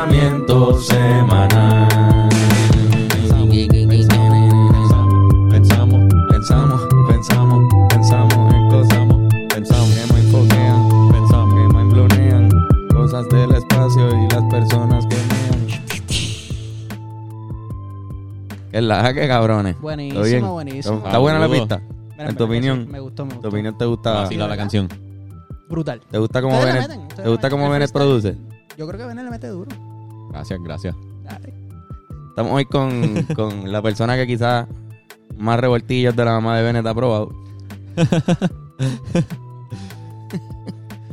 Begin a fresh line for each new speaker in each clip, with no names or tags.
Pensamiento semanal.
Pensamos, pensamos, pensamos, pensamos en cosas. Pensamos que me enfoquean, pensamos que me emblonean. Cosas del espacio y las personas que me ¿Qué es la jaque, cabrones?
Buenísimo,
¿Todo bien?
buenísimo.
¿Está buena la
Saludos.
pista?
Mira,
en tu
me- me-
opinión.
Me gustó, me
¿Tu
gustó.
opinión te gusta?
Vacila la canción.
Brutal.
¿Te gusta cómo
Ustedes le
Bennett?
meten, ustedes
¿Te
le
gusta
meten
cómo
el
Bennett
freestyle.
produce?
Yo creo que Benet le mete duro.
Gracias, gracias.
Dale.
Estamos hoy con, con la persona que quizás más revoltillas de la mamá de Bennett ha probado.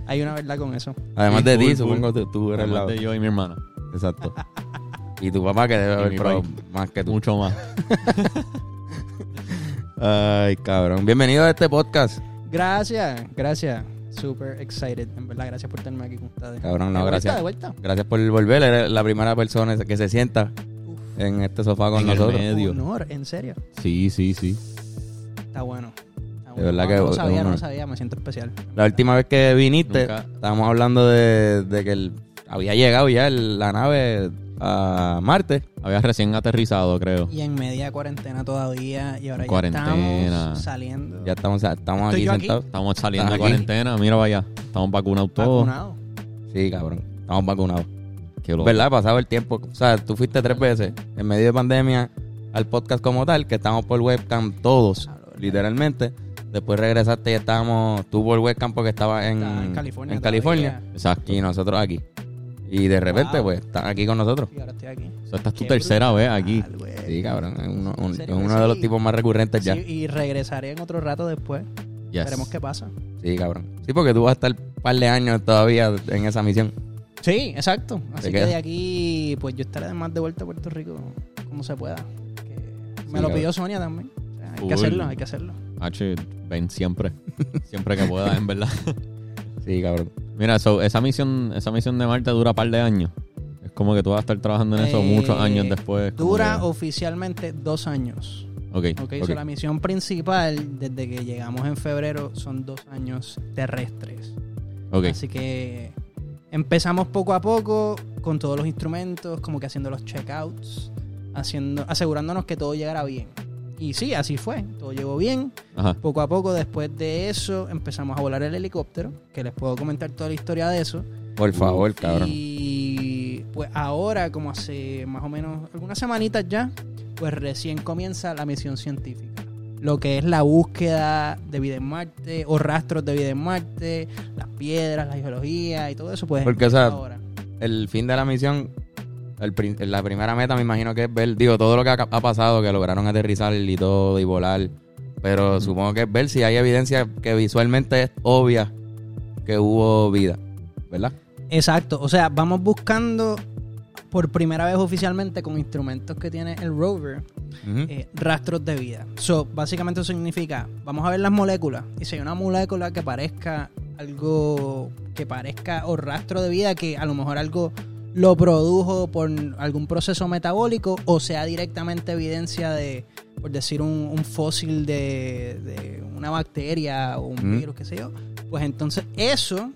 Hay una verdad con eso.
Además
Sí,
de
full,
ti,
full.
supongo que tú eres la...
Además de yo y mi hermana.
Exacto. Y tu papá que debe
Y
haber
mi
probado
país.
más que tú.
Mucho más.
Ay, cabrón. Bienvenido a este podcast.
Gracias, gracias. Super excited. En verdad, gracias por tenerme aquí con ustedes.
Cabrón, no,
De vuelta,
gracias.
De vuelta.
Gracias por volver. Eres la primera persona que se sienta en este sofá con
En el
nosotros.
medio. Eh, Dios.
Honor, en serio.
Sí, sí, sí.
Está bueno. Está bueno.
verdad
No,
que
no
es
lo sabía,
un
no
honor.
lo sabía, me siento especial.
La última vez que viniste,
Nunca.
estábamos hablando de, de que el- había llegado ya el- la nave a Marte.
Habías recién aterrizado, creo.
Y en media cuarentena todavía y ahora ya
Cuarentena.
estamos saliendo.
Ya estamos, estamos
¿Estoy
aquí
yo aquí?
sentados.
Estamos saliendo de
Aquí.
cuarentena. Mira, vaya. Estamos vacunados todos.
Vacunado.
Sí, cabrón. Estamos vacunados.
Qué loco.
¿Verdad? Pasado el tiempo. O sea, tú fuiste tres veces en medio de pandemia al podcast como tal, que estamos por webcam todos,
Hablo, ¿verdad?
literalmente. Después regresaste y estábamos, tú por webcam porque estabas en,
Está en California
en California.
todavía.
Exacto.
y nosotros aquí. Y de repente,
Wow.
pues, están aquí con nosotros.
Y ahora estoy aquí.
O sea, esta es tu
Qué
tercera vez aquí.
brutal, güey.
Sí, cabrón. Es uno, un-
¿En serio
es
que
uno de los
sí?
tipos más recurrentes ya.
Sí, y regresaré en otro rato después.
Yes.
Veremos qué pasa.
Sí, cabrón. Sí, porque tú vas a estar un par de años todavía en esa misión.
Sí, exacto. Así que
queda?
de aquí, pues yo estaré de más de vuelta a Puerto Rico como se pueda. Que me lo
cabrón.
pidió Sonia también. O sea, hay
Full.
que hacerlo, hay que hacerlo.
H, ven siempre. Siempre que puedas, en verdad.
Sí, cabrón.
Mira, so, esa misión esa misión de Marte dura un par de años. Es como que tú vas a estar trabajando en eso
Eh,
muchos años después. como
Dura
que-
oficialmente dos años.
Ok,
Ok,
ok.
So, la misión principal desde que llegamos en febrero son dos años terrestres.
ok.
Así que empezamos poco a poco con todos los instrumentos, como que haciendo los checkouts, haciendo, asegurándonos que todo llegara bien. Y sí, así fue, todo llegó bien.
Ajá.
Poco a poco, después de eso, empezamos a volar el helicóptero, que les puedo comentar toda la historia de eso.
Por favor, cabrón.
Y pues ahora, como hace más o menos algunas semanitas ya, pues recién comienza la misión científica. Lo que es la búsqueda de vida en Marte o rastros de vida en Marte, las piedras, la geología y todo eso, pues
Porque, o sea,
ahora.
El fin de la misión, el pri- la primera meta me imagino que es ver, digo, todo lo que ha, ha pasado, que lograron aterrizar y todo y volar. Pero supongo que es ver si hay evidencia que visualmente es obvia que hubo vida, ¿verdad?
Exacto, o sea, vamos buscando por primera vez oficialmente con instrumentos que tiene el rover
Ujú.
eh, rastros de vida. So, básicamente eso significa, vamos a ver las moléculas. Y si hay una molécula que parezca algo, que parezca o rastro de vida, que a lo mejor algo lo produjo por algún proceso metabólico o sea directamente evidencia de, por decir, un, un fósil de, de una bacteria o un
Mm.
virus, qué sé yo. Pues entonces eso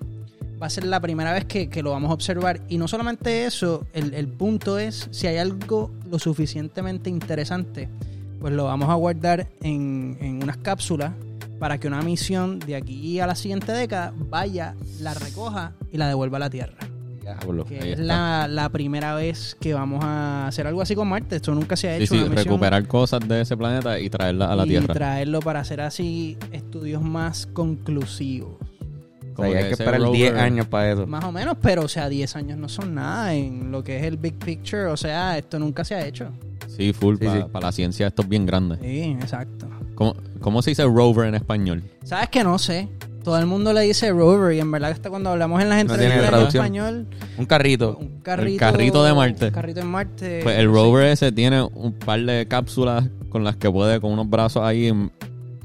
va a ser la primera vez que, que lo vamos a observar. Y no solamente eso, el, el punto es si hay algo lo suficientemente interesante, pues lo vamos a guardar en, en unas cápsulas para que una misión de aquí a la siguiente década vaya, la recoja y la devuelva a la Tierra.
Diablo.
Que
Pues Ahí
es
está.
la, la primera vez que vamos a hacer algo así con Marte. Esto nunca se ha
Sí,
hecho.
sí,
una misión
recuperar cosas de ese planeta y traerlas a la
y
Tierra.
traerlo para hacer así estudios más conclusivos.
O sea,
Como
y
que
hay que
ese
esperar
rover-
10 años para eso.
Más o menos, pero o sea, 10 años no son nada en lo que es el big picture. O sea, esto nunca se ha hecho.
Sí, full.
Sí,
para
sí.
la ciencia esto es bien grande.
Sí, exacto.
¿Cómo, cómo se dice rover en español?
¿Sabes que No sé. Todo el mundo le dice rover y en verdad hasta cuando hablamos en las
tiene
entrevistas en
traducción.
español,
Un carrito.
un carrito,
carrito de Marte.
Un carrito en Marte.
Pues el rover ese tiene un par de cápsulas con las que puede con unos brazos ahí en-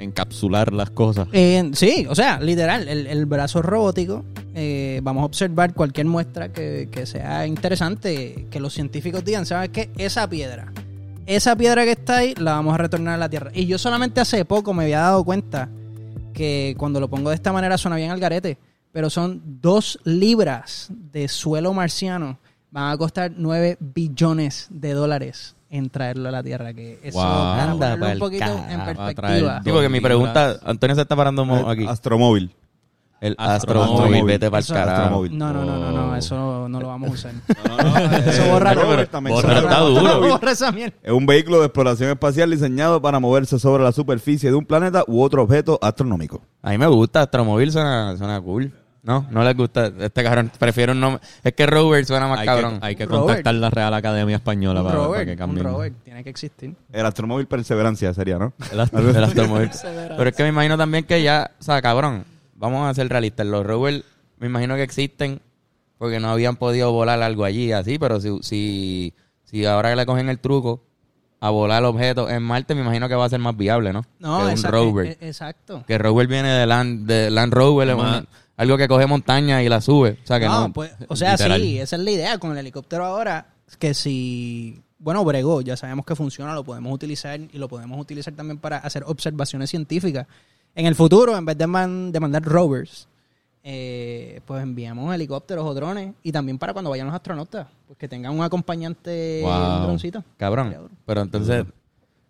encapsular las cosas.
Eh, sí, o sea, literal, el, el brazo robótico. eh, vamos a observar cualquier muestra que, que sea interesante, que los científicos digan, ¿sabes qué? Esa piedra, esa piedra que está ahí, la vamos a retornar a la Tierra. Y yo solamente hace poco me había dado cuenta que cuando lo pongo de esta manera suena bien al garete, pero son dos libras de suelo marciano van a costar 9 billones de dólares en traerlo a la Tierra. Que eso
Wow.
para
Anda
ponerlo
pa'l
un poquito en
carajo,
va a traer
perspectiva.
Digo que mi pregunta, Antonio se está parando
Eh,
mo- aquí.
Astromóvil.
El
Astromóvil.
astromóvil, vete para el
Eso-
carajo.
Astromóvil.
No, no, no, no, no,
Oh.
eso no, no lo vamos a usar.
Eh,
bórralo.
Robert
Pero-
también.
bórralo,
Eso
está
bórralo.
duro.
Borra esa mierda.
Es un vehículo de exploración espacial diseñado para moverse sobre la superficie de un planeta u otro objeto astronómico.
A mí me gusta, astromóvil suena, suena cool. No, no les gusta. Este cabrón, prefiero no. Es que Robert suena más
Hay
cabrón.
que, hay que
Robert.
contactar la Real Academia Española
Un
para, para que
Robert, un
cambien.
Robert, tiene que existir.
El astromóvil perseverancia sería, ¿no?
El ast-
El astromóvil. Pero es que me imagino también que ya, o sea, cabrón, vamos a ser realistas. Los rovers me imagino que existen porque no habían podido volar algo allí así, pero si, si, si ahora que le cogen el truco a volar objetos en Marte, me imagino que va a ser más viable, ¿no?
No,
que un
exacto,
rover.
e- exacto.
que rover viene de Land, de Land Rover, es
Más-
un- algo que coge montaña y la sube. O sea, que no. eh,
No, pues, o sea,
literal.
sí, esa es la idea con el helicóptero ahora, que si, bueno, bregó, ya sabemos que funciona, lo podemos utilizar y lo podemos utilizar también para hacer observaciones científicas. En el futuro, en vez de, man- de mandar rovers, eh, pues enviamos helicópteros o drones y también para cuando vayan los astronautas, pues que tengan un acompañante
Wow.
un droncito.
Cabrón. Pero entonces,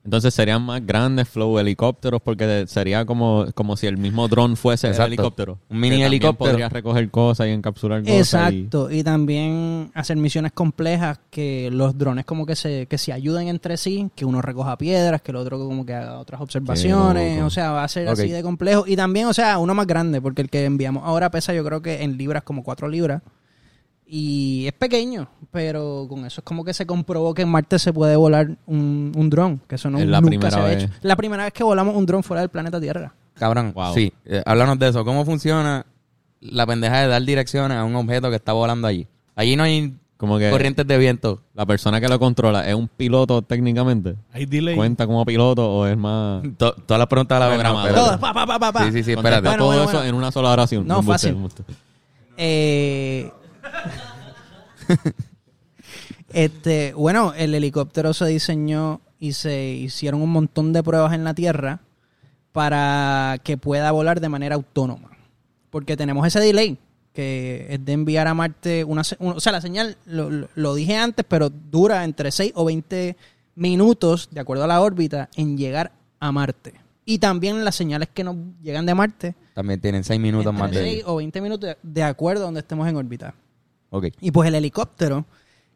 Entonces serían más grandes flow helicópteros porque de- sería como, como si el mismo dron fuese el
Exacto.
helicóptero.
Un mini
Que también
helicóptero.
Podría recoger cosas y encapsular cosas. y-
Exacto, y también hacer misiones complejas que los drones como que se, que se ayuden entre sí, que uno recoja piedras, que el otro como que haga otras
Qué
observaciones,
loco.
o sea, va a ser
Ok.
así de complejo. Y también, o sea, uno más grande, porque el que enviamos ahora pesa yo creo que en libras como 4 libras. Y es pequeño, pero con eso es como que se comprobó que en Marte se puede volar un, un dron, que eso no,
Es la
nunca se
primera
había
vez.
hecho. La primera vez que volamos un dron fuera del planeta Tierra.
cabrón,
Wow.
sí. eh, háblanos de eso. ¿Cómo funciona la pendeja de dar direcciones a un objeto que está volando allí? Allí no hay
Como que
corrientes de viento.
la persona que lo controla es un piloto técnicamente.
Hay delay.
¿Cuenta como piloto o es más...?
To- todas las preguntas a la vez. no,
Programador.
espérate.
Todos, pa, pa, pa, pa, pa.
Sí, sí, sí,
Contesta
espérate.
Bueno,
todo
bueno,
eso
bueno.
en una sola oración.
No,
Embuste,
fácil.
embuste.
Eh, este, bueno, el helicóptero se diseñó y se hicieron un montón de pruebas en la Tierra para que pueda volar de manera autónoma. Porque tenemos ese delay que es de enviar a Marte una... se- un- o sea, la señal, lo, lo- lo dije antes, pero dura entre 6 o 20 minutos, de acuerdo a la órbita, en llegar a Marte. Y también las señales que nos llegan de Marte
También tienen seis minutos más
entre
de...
6 o 20 minutos de- de acuerdo a donde estemos en órbita.
Ok.
Y pues el helicóptero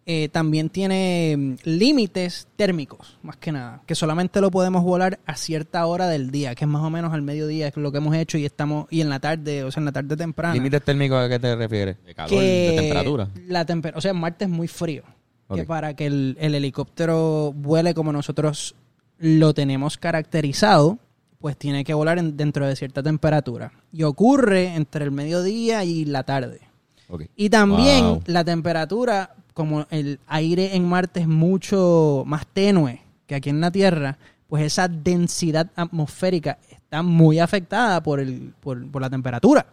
eh, también tiene mm, límites térmicos, más que nada, que solamente lo podemos volar a cierta hora del día, que es más o menos al mediodía, es lo que hemos hecho y estamos y en la tarde, o sea, en la tarde temprana.
¿Límites térmicos a qué te refieres?
De calor,
que
de temperatura.
La temper- o sea, en Marte es muy frío.
Ok.
Que para que el, el helicóptero vuele como nosotros lo tenemos caracterizado, pues tiene que volar en- dentro de cierta temperatura. Y ocurre entre el mediodía y la tarde.
Ok.
Y también
Wow.
la temperatura, como el aire en Marte es mucho más tenue que aquí en la Tierra, pues esa densidad atmosférica está muy afectada por, el, por, por la temperatura.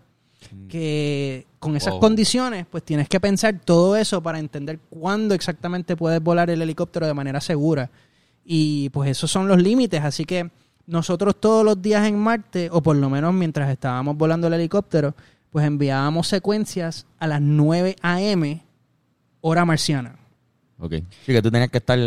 Que con esas
Wow.
condiciones, pues tienes que pensar todo eso para entender cuándo exactamente puedes volar el helicóptero de manera segura. Y pues esos son los límites, así que nosotros todos los días en Marte, o por lo menos mientras estábamos volando el helicóptero, pues enviábamos secuencias a las 9 a.m. hora marciana.
Ok.
Sí, que tú tenías que estar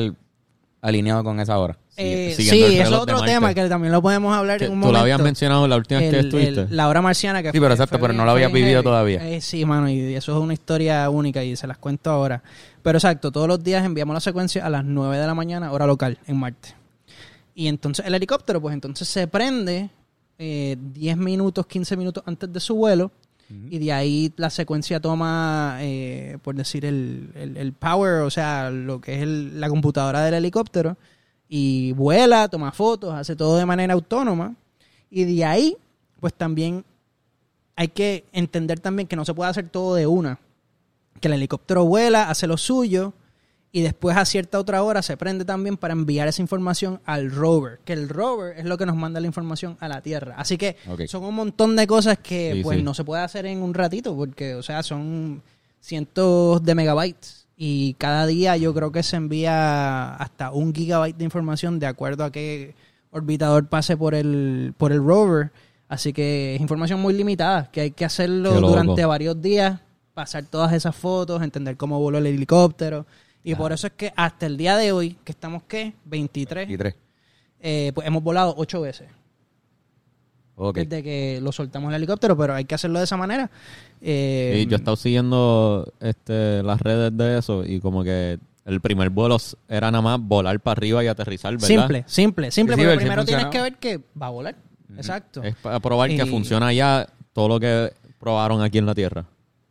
alineado con esa hora.
Eh, sí,
siguiendo el
eso es
reloj de
otro
Marte.
tema que también lo podemos hablar
Que
en un
Tú
momento.
lo habías mencionado la última vez que
El-
estuviste.
el- la hora marciana que
Sí, pero exacto, pero no
bien-
la habías
bien
vivido
heavy.
todavía.
Eh, sí, mano, y eso es una historia única y se las cuento ahora. Pero exacto, todos los días enviamos la secuencia a las 9 de la mañana, hora local, en Marte. Y entonces el helicóptero, pues entonces se prende eh, 10 minutos, 15 minutos antes de su vuelo. Y de ahí la secuencia toma, eh, por decir, el, el- el power, o sea, lo que es el- la computadora del helicóptero. Y vuela, toma fotos, hace todo de manera autónoma. Y de ahí, pues también hay que entender también que no se puede hacer todo de una. Que el helicóptero vuela, hace lo suyo y después a cierta otra hora se prende también para enviar esa información al rover. Que el rover es lo que nos manda la información a la Tierra. Así que
Ok.
son un montón de cosas que
Sí,
pues
sí.
no se puede hacer en un ratito porque, o sea, son cientos de megabytes. Y cada día yo creo que se envía hasta un gigabyte de información de acuerdo a qué orbitador pase por el, por el rover. Así que es información muy limitada, que hay que hacerlo
Qué loco.
durante varios días pasar todas esas fotos, entender cómo voló el helicóptero. Y por eso es que hasta el día de hoy, que estamos, ¿qué? 23.
Y tres.
eh, pues hemos volado ocho veces
Ok.
desde que lo soltamos el helicóptero, pero hay que hacerlo de esa manera. Eh,
Y yo he estado siguiendo este, las redes de eso y como que el primer vuelo s- era nada más volar para arriba y aterrizar, ¿verdad?
simple, simple, simple,
Sí, sí,
pero
ver si
primero tienes
funcionaba.
que ver que va a volar. Exacto.
Es para probar que
Y-
funciona ya todo lo que probaron aquí en la Tierra.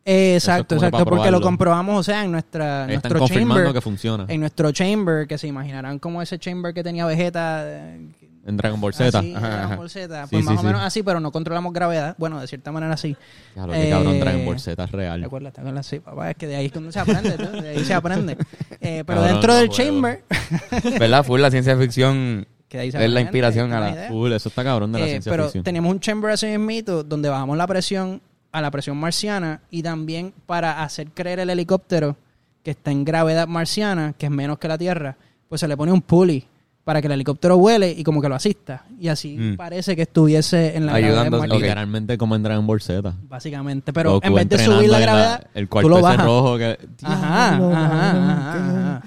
Eh, Exacto,
Eso es como para
exacto, porque lo
probarlo.
comprobamos, o sea, en nuestra
Ahí están
nuestro
confirmando
chamber,
que funciona.
en nuestro chamber, que se imaginarán como ese chamber que tenía Vegeta, eh,
En Dragon Ball Z.
así, Dragon Ball Z,
Sí,
pues más
sí,
o
sí.
menos así, pero no controlamos gravedad, bueno, de cierta manera sí.
Ya lo que cabrón,
Eh,
Dragon Ball Z es real.
¿Te acuerdas? ¿Te acuerdas? Sí, papá, es que de ahí es que uno se aprende, ¿no? de ahí se aprende. Eh, pero
Cabrón,
dentro
no
del
puedo.
chamber,
¿Verdad? Full la ciencia ficción
que de ahí se
es la
aprende,
inspiración a
¿no?
la.
idea.
Full, eso está cabrón de la
Eh,
ciencia
pero
ficción.
tenemos un chamber así mismito donde bajamos la presión a la presión marciana y también para hacer creer el helicóptero que está en gravedad marciana, que es menos que la Tierra, pues se le pone un pulley para que el helicóptero vuele y como que lo asista. Y así
Mm.
parece que estuviese en la
Ayudando,
gravedad marciana.
Literalmente como en Dragon Ball Z.
Básicamente, pero
Goku
en vez de subir
entrenando
la
en
gravedad,
el
tú lo
cuarto ese
bajas.
rojo que...
Ajá,
Diablo,
ajá,
cabrón,
ajá,
qué-
ajá.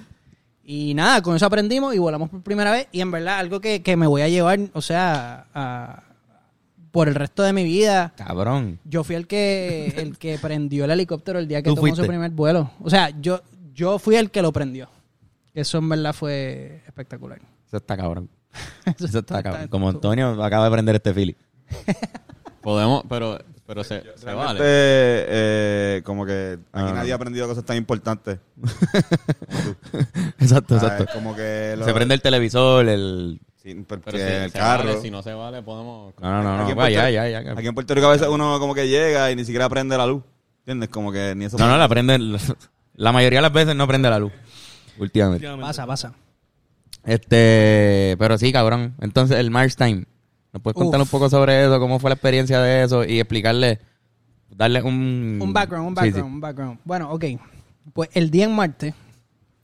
Y nada, con eso aprendimos y volamos por primera vez. Y en verdad, algo que, que me voy a llevar, o sea, a- por el resto de mi vida.
Cabrón.
Yo fui el que, el que prendió el helicóptero el día que
Tú
tomó su
fuiste.
primer vuelo. O sea, yo, yo fui el que lo prendió. Eso en verdad fue espectacular.
Eso está cabrón.
Eso
Eso está cabrón.
está-
Como Antonio acaba de aprender este Philly.
Podemos, pero, pero se, se
Realmente,
vale.
Este, eh, como que aquí
Ah.
nadie ha aprendido cosas tan importantes.
Exacto,
Ah,
exacto.
es como que lo-
Se prende el televisor, el.
Sí, pero
Pero
que
si
el
se
carro. Ah,
vale, si no se vale, podemos...
No, no, no,
Aquí
no.
en
Va, ya,
Puerto-
ya, ya.
Aquí en Puerto Rico a veces uno como que llega y ni siquiera prende la luz. ¿Entiendes? Como que ni eso.
No, no, la prende. La mayoría de las veces no prende la luz. Últimamente.
Pasa, pasa.
Este. Pero sí, cabrón. Entonces, el March Time. ¿Nos puedes contar
Uf.
un poco sobre eso? ¿Cómo fue la experiencia de eso? Y explicarle. Darle un.
Un background, un
Mm. Sí, sí.
background, un background. Bueno, ok. Pues el día en Marte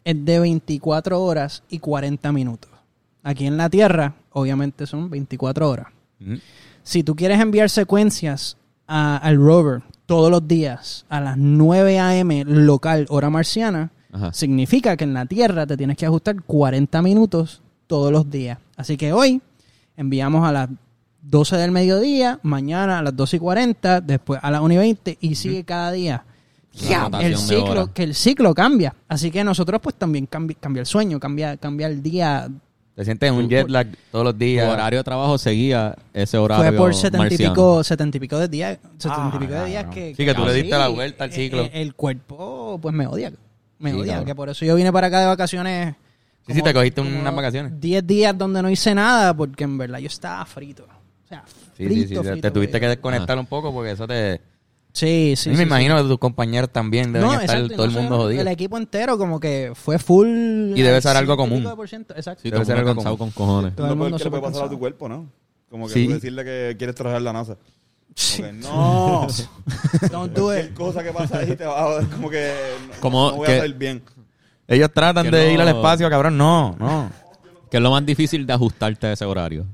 es de 24 horas y 40 minutos. Aquí en la Tierra, obviamente son 24 horas.
Mm.
Si tú quieres enviar secuencias a- al rover todos los días a las 9 a.m. local, hora marciana,
Ajá.
significa que en la Tierra te tienes que ajustar 40 minutos todos los días. Así que hoy enviamos a las 12 del mediodía, mañana a las 12 y 40, después a las 1 y 20 y sigue cada día.
La
Ya,
rotación de
el ciclo,
horas.
que el ciclo cambia. Así que nosotros pues también cambi- cambia, el sueño, cambia, cambia el día.
Te sientes en un jet lag todos los días.
Tu horario de trabajo seguía ese horario
Fue por 70 y
marciano.
pico, 70 y pico de días, 70 y pico
Ah,
de
cabrón.
días que...
Sí, que tú le diste
sí,
la vuelta al ciclo.
eh, eh, El, cuerpo pues me odia, me
Sí,
odia,
cabrón.
que por eso yo vine para acá de vacaciones.
Sí, sí, te cogiste unas vacaciones.
10 días donde no hice nada porque en verdad yo estaba frito. O sea,
Sí,
frito,
sí, sí. te-
frito,
te tuviste que
frito.
desconectar un poco porque eso te.
Sí, sí.
me
sí, sí.
imagino que tus compañeros también deben
No,
estar
exacto, y
todo
no
el mundo
solo-
jodido.
El equipo entero como que fue full.
Y debe
al
ser algo común.
100%, Exacto.
Sí, todo
Debe
el
ser
mundo
algo
cansado
común.
con cojones.
Todo el
Lo peor
mundo
que le
súper
puede pasar a tu
cansado.
cuerpo, ¿no? Como que
Sí.
tú decirle que quieres trabajar en la NASA.
Sí.
Como que, no.
Don't do
Cualquier
it.
cosa que pasa ahí te va a como que no-
Como
no voy
que-
a salir bien.
Ellos tratan
Que
de
no-
ir al espacio, cabrón. No, no.
¿Qué es lo más difícil de ajustarte a ese horario?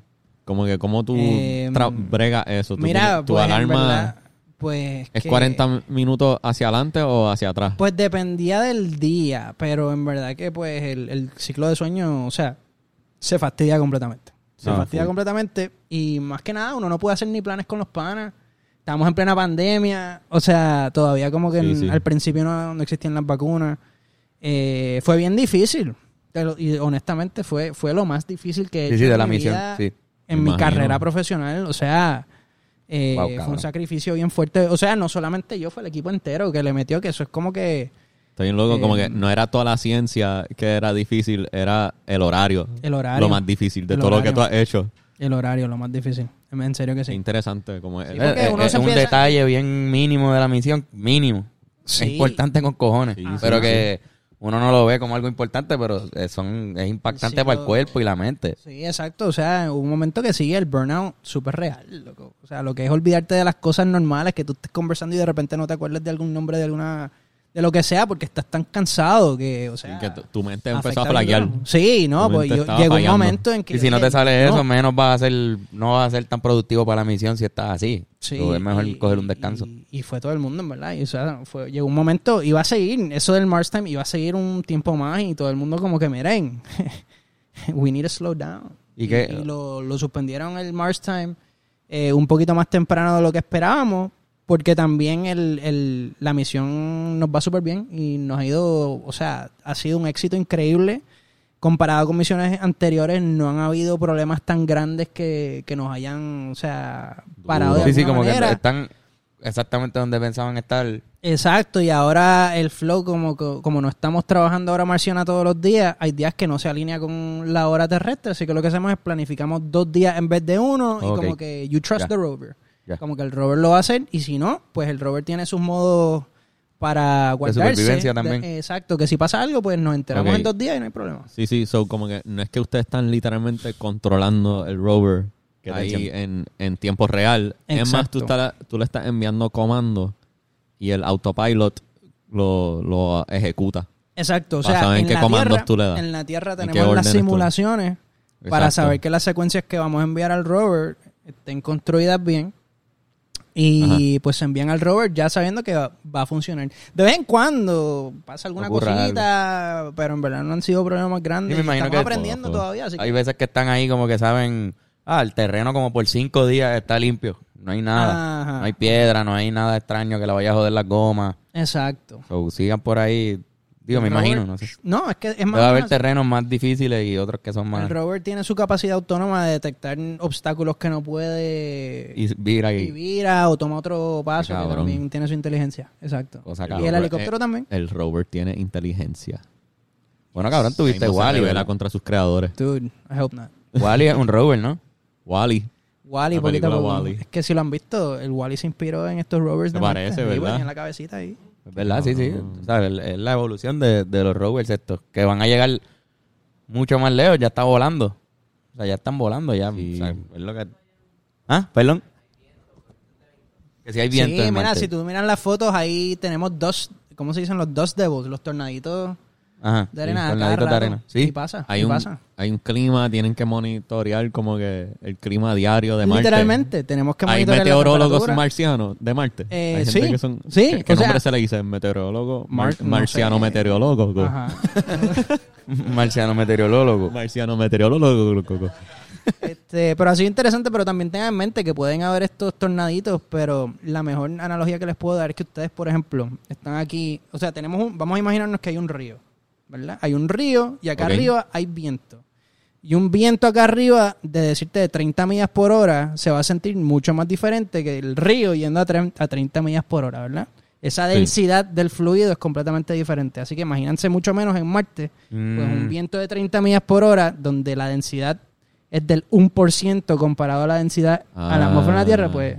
Como que cómo tú
Eh,
tra- bregas eso. ¿Tú
Mira,
tienes- tu
pues, en
alarma
verdad, pues
es
que-
40 minutos hacia adelante o hacia atrás.
Pues dependía del día, pero en verdad que pues el, el ciclo de sueño, o sea, se fastidia completamente. Se
Ah,
fastidia
full.
completamente y más que nada uno no puede hacer ni planes con los panas. Estamos en plena pandemia, o sea, todavía como que
Sí,
en-
sí.
al principio no, no existían las vacunas. Eh, fue bien difícil. Te lo- Y honestamente fue, fue lo más difícil que he
Sí,
hecho
sí, de
en
la
mi
misión.
vida
Sí.
en
Me
mi
imagino.
carrera profesional. O sea, eh,
Wow,
fue un
cabrón.
sacrificio bien fuerte. O sea, no solamente yo, fue el equipo entero que le metió, que eso es como que
Estoy bien loco, como
eh,
que no era toda la ciencia que era difícil, era el horario.
El horario.
Lo más difícil de
El
todo lo
horario.
que tú has hecho.
el horario lo más difícil. En serio que
Es
sí.
interesante como es.
Sí, porque
Eh,
uno
eh,
se
un
empieza-
detalle bien mínimo de la misión, mínimo.
Sí.
Es importante con cojones.
Sí, sí,
pero
sí.
que uno no lo ve como algo importante, pero eh, son, es impactante
Sí,
para
lo-
el cuerpo y la mente.
Sí, exacto. O sea, hubo un momento que sí, el burnout súper real, loco. O sea, lo que es olvidarte de las cosas normales, que tú estés conversando y de repente no te acuerdas de algún nombre de alguna de lo que sea, porque estás tan cansado que, o sea,
Y que tu, tu mente empezó a
afecta el
flaquear.
grado. Sí, no,
Tu
pues
mente
yo-
estaba
llegó un
fallando.
momento en que.
Y si no te sale
no.
eso, menos vas a ser, no vas a ser tan productivo para la misión si estás así.
Sí,
So, es mejor
y-
coger un descanso.
Y, y fue todo el mundo, en verdad. Y, o sea, fue- llegó un momento, iba a seguir, eso del Mars Time iba a seguir un tiempo más y todo el mundo como que, miren, we need to slow down.
¿Y qué?
lo, lo suspendieron el Mars Time eh, un poquito más temprano de lo que esperábamos, porque también el, el- la misión nos va súper bien y nos ha ido, o sea, ha sido un éxito increíble. Comparado con misiones anteriores, no han habido problemas tan grandes que, que nos hayan, o sea, parado de
sí, sí,
alguna
como
manera.
que están exactamente donde pensaban estar.
Exacto, y ahora el flow, como, co- como no estamos trabajando ahora marciana todos los días, hay días que no se alinea con la hora terrestre, así que lo que hacemos es planificamos dos días en vez de uno y
Ok.
como que you trust
Ya.
the rover.
Ya.
Como que el rover lo va a hacer y si no, pues el rover tiene sus modos para guardarse.
supervivencia también.
exacto, que si pasa algo, pues nos enteramos
Ok.
en dos días y no hay problema.
Sí, sí, so como que no es que ustedes están literalmente controlando el rover
Que te
ahí
echen.
en, en tiempo real. Es más, tú,
Exacto.
estás- tú le estás enviando comandos y el autopilot lo, lo ejecuta.
Exacto, o
Para
sea,
saber
en
qué
la,
comandos
tierra,
tú le das.
en la Tierra
¿Y qué
tenemos las
órdenes tú le-
simulaciones para
Exacto.
saber que las secuencias que vamos a enviar al rover estén construidas bien. Y pues se envían al rover ya sabiendo que va, va a funcionar. De vez en cuando pasa alguna
Ocurra
cosita, pero en verdad no han sido problemas grandes.
Sí, me
y
imagino
estamos
que-
aprendiendo
Ojo, ojo.
todavía. Así que-
Pues, Hay veces que están ahí como que saben, ah, el terreno como por cinco días está limpio. No hay nada.
Ajá.
No hay piedra, no hay nada extraño que la vaya a joder las gomas.
Exacto.
O sigan por ahí. Digo, me
El rover-
imagino, no sé.
No, es que es
Debe
más. o menos
haber
así.
terrenos más difíciles y otros que son
el
más...
rover tiene su capacidad autónoma de detectar obstáculos que no puede
Y mira
y
aquí.
vira o toma otro paso que
Cabrón.
también tiene su inteligencia. Exacto.
Cosa
y el
cabrón.
helicóptero también.
El rover tiene inteligencia.
Bueno, cabrón, tuviste
Ahí no se
Wally,
revela
¿verdad?
contra sus creadores.
Dude, I hope not.
Wally es un rover, ¿no?
Wally.
Wally,
La
poquito a
película
poco.
Wall-E.
Es que si lo han visto, el Wally se inspiró en estos rovers
Se
de Marte.
parece,
Sí,
¿verdad?
pues, en la cabecita ahí.
Es verdad, sí, sí. O sea, el- es la evolución de, de los rovers estos, que van a llegar mucho más lejos, ya está volando. O sea, ya están volando ya. O sea, es lo que... Ah, perdón. Que si hay viento
sí,
en
mira,
Marte.
si tú miras las fotos, ahí tenemos dos, ¿cómo se dicen los dos devils? Los tornaditos
Ajá,
de arena.
sí,
a cada
tornaditos de
rato.
arena.
Y
Sí,
pasa,
Hay
y
un,
pasa.
hay un clima, tienen que monitorear como que el clima diario de Marte.
Literalmente, tenemos que
Hay
monitorear la
meteorólogos
temperatura.
marcianos de Marte.
Eh,
Hay gente
sí,
que son,
sí,
¿Qué, qué
o sea-
nombre se le dice? Meteorólogo. Mar-
Mar- no
marciano
sé.
meteorólogo.
Ajá.
marciano meteorólogo.
Marciano meteorólogo.
Este, pero ha sido interesante, pero también tengan en mente que pueden haber estos tornaditos, pero la mejor analogía que les puedo dar es que ustedes, por ejemplo, están aquí, o sea, tenemos un, vamos a imaginarnos que hay un río, ¿verdad? Hay un río y acá
Ok.
arriba hay viento. Y un viento acá arriba, de decirte de 30 millas por hora, se va a sentir mucho más diferente que el río yendo a, tre- a 30 millas por hora, ¿verdad? Esa densidad del fluido es completamente diferente. Así que imagínense mucho menos en Marte, pues un
Mm.
viento de 30 millas por hora, donde la densidad es del 1% comparado a la densidad a la
Ah.
atmósfera de la Tierra, pues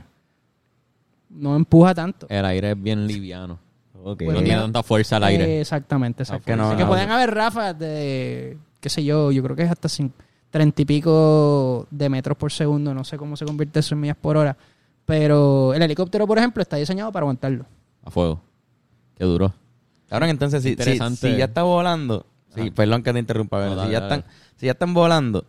no empuja tanto.
El aire es bien liviano.
Pues
no tiene
mira,
tanta fuerza al aire.
Eh, exactamente, exactamente.
que no,
Así que
no.
pueden haber ráfagas de, qué sé yo, yo creo que es hasta cin- 30 y pico de metros por segundo, no sé cómo se convierte eso en millas por hora. Pero el helicóptero, por ejemplo, está diseñado para aguantarlo.
A fuego. Qué duro.
Ahora entonces, si, si,
Interesante.
si ya está volando, sí, perdón que te interrumpa,
No,
pero si,
dale,
ya
dale.
están, si ya están volando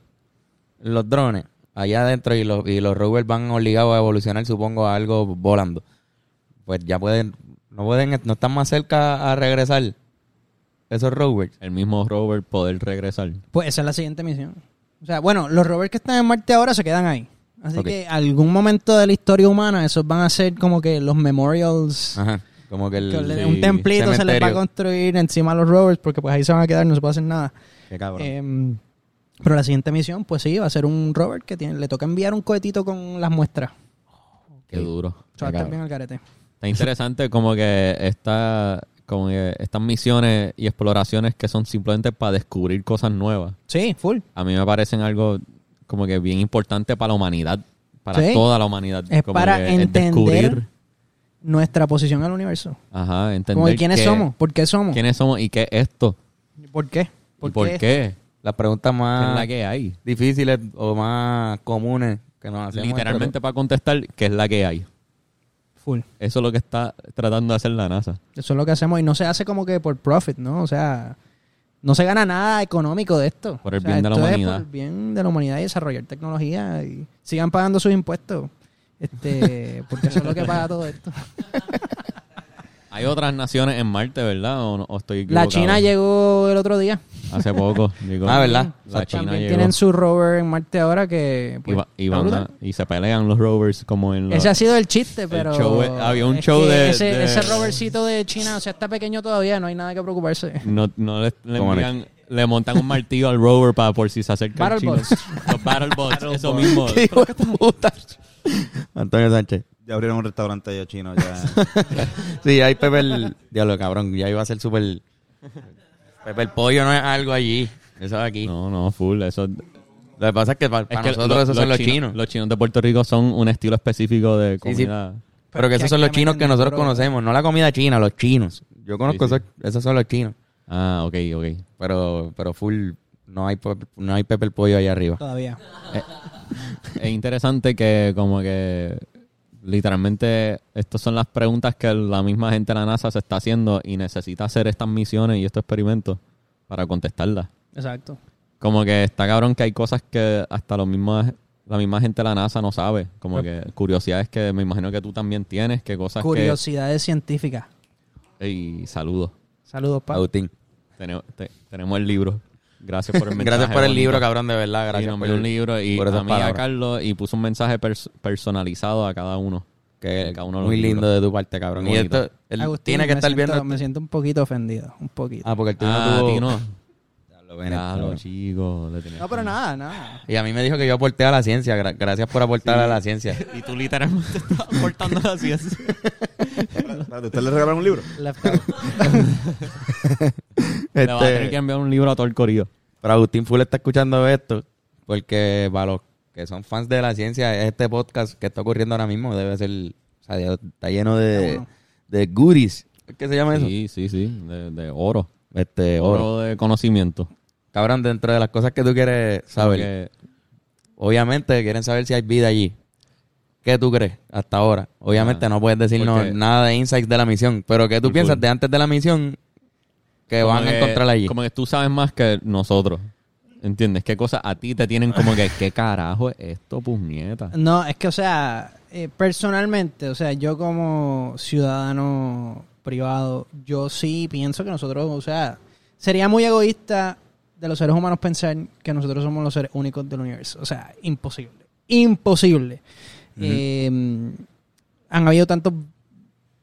los drones allá adentro y los, y los rovers van obligados a evolucionar, supongo, a algo volando, pues ya pueden, no pueden, no están más cerca a regresar esos rovers.
El mismo rover poder regresar.
Pues esa es la siguiente misión. O sea, bueno, los rovers que están en Marte ahora se quedan ahí. Así
Ok.
que algún momento de la historia humana, esos van a ser como que los
Ah,
memorials.
Ajá, como que el...
que le-
sí,
un templito se les va a
cementerio.
construir encima a los rovers porque pues ahí se van a quedar, no se puede hacer nada.
Qué cabrón.
Em, pero la siguiente misión, pues sí, va a ser un rover que tiene, le toca enviar un cohetito con las muestras.
Qué duro.
Eso va a estar bien al carete.
Está interesante como que esta, como que estas misiones y exploraciones que son simplemente para descubrir cosas nuevas.
Sí, full.
A mí me parecen algo como que bien importante para la humanidad. Para
Sí.
toda la humanidad.
Es
Como
para
que
entender
descubrir.
nuestra posición al universo.
Ajá, entender.
Como que quiénes
qué-
somos, por qué somos,
¿Quiénes somos y qué es esto?
por qué. Ah.
¿Y por qué? ¿Qué
Las preguntas
es
más
la que hay?
difíciles o más comunes que nos hacemos.
Literalmente para contestar, ¿qué es la que hay?
Full.
Eso es lo que está tratando de hacer la NASA.
Eso es lo que hacemos y no se hace como que por profit, ¿no? O sea, no se gana nada económico de esto.
Por el
O sea,
bien de la
esto es
humanidad.
por el bien de la humanidad y desarrollar tecnología y sigan pagando sus impuestos. Este, porque eso es lo que paga todo esto.
Hay otras naciones en Marte, ¿verdad? ¿O, no- o estoy
La
equivocado?
China llegó el otro día.
Hace poco. llegó.
Ah, ¿verdad?
La China
También
llegó.
tienen su rover en Marte ahora que
Y,
pues,
va- y
está
van a-
brutal.
y se pelean los rovers como en los...
Ese ha sido el chiste, pero.
show es- había un
es
show
que
de-
Ese,
de-
ese rovercito de China, o sea, está pequeño todavía, no hay nada que preocuparse.
No, no le, le
¿Cómo no?
envían- le montan un martillo al rover para por si se acerca el
Battle
chino.
bots.
Los battle bots, eso mismo.
Hijo de puta. Antonio Sánchez.
Ya abrieron un restaurante allá chino. Ya.
Sí, hay Pepe el... Diablo, cabrón. Ya iba a ser súper... Pepe el pollo no es algo allí. Eso es aquí.
No, no, full. Eso,
Lo que pasa es que para,
es
para
que
nosotros
lo-
esos son los chinos.
Los chinos de Puerto Rico son un estilo específico de
Sí, sí.
comida.
Pero que esos son los chinos que nosotros conocemos. No la comida china, los chinos. Yo conozco
Sí, sí.
Esos, esos son los chinos.
Ah, ok, ok.
Pero, pero full... No hay, pe- no hay Pepe el pollo allá arriba.
Todavía.
Es interesante que como que literalmente estas son las preguntas que la misma gente de la NASA se está haciendo y necesita hacer estas misiones y estos experimentos para contestarlas.
Exacto.
Como que está cabrón que hay cosas que hasta los mismos, la misma gente de la NASA no sabe. Como que curiosidades que me imagino que tú también tienes, que cosas
Curiosidades científicas.
que... Y saludos.
Saludos, Pablo.
Agustín.
Tenemos, te- tenemos el libro. Gracias por el mensaje.
Gracias por el
bonito.
libro, cabrón, de verdad.
Sí,
Gracias
nos
por
envió un libro y
por esas
a mí y a
palabras.
Carlos y puso un mensaje pers- personalizado a cada uno.
Que
Cada uno de los
muy
libros.
lindo de tu parte, cabrón.
Muy
Y
bonito.
esto, él
Agustín,
tiene que
me
estar
siento-
viendo. este-
Me siento un poquito ofendido, un poquito.
Ah, porque el tuyo
Ah,
no tuvo.
a ti no.
Diablo, ven,
Claro,
cabrón.
chico. le tenía-
no, pero nada, nada.
Y a mí me dijo que yo aporté a la ciencia. Gra- gracias por aportar a la ciencia.
Y tú literalmente estás aportando la ciencia.
Este-
Espérate, ¿Usted le regalaron un libro?
Left out.
Le vas a tener que
Este,
enviar un libro a todo el corillo.
pero Agustín Full está escuchando esto. Porque para los que son fans de la ciencia, este podcast que está ocurriendo ahora mismo debe ser. O sea, ya está lleno de, de goodies. ¿Qué se llama eso?
Sí, sí, sí. De, de oro.
Este, oro.
Oro de conocimiento.
Cabrón, dentro de las cosas que tú quieres saber.
Porque
Obviamente quieren saber si hay vida allí. ¿Qué tú crees hasta ahora? Obviamente
Ah,
no puedes decirnos
porque-
nada de insights de la misión, pero ¿qué tú
Full,
piensas
full.
de antes de la misión que
como
van a
que-
encontrar allí?
Como que tú sabes más que nosotros. ¿Entiendes? ¿Qué cosas a ti te tienen como que, qué carajo es esto, puñeta?
No, es que, o sea, eh, personalmente, o sea, yo como ciudadano privado, yo sí pienso que nosotros, o sea, sería muy egoísta de los seres humanos pensar que nosotros somos los seres únicos del universo. O sea, imposible. Imposible. Eh, han habido tantos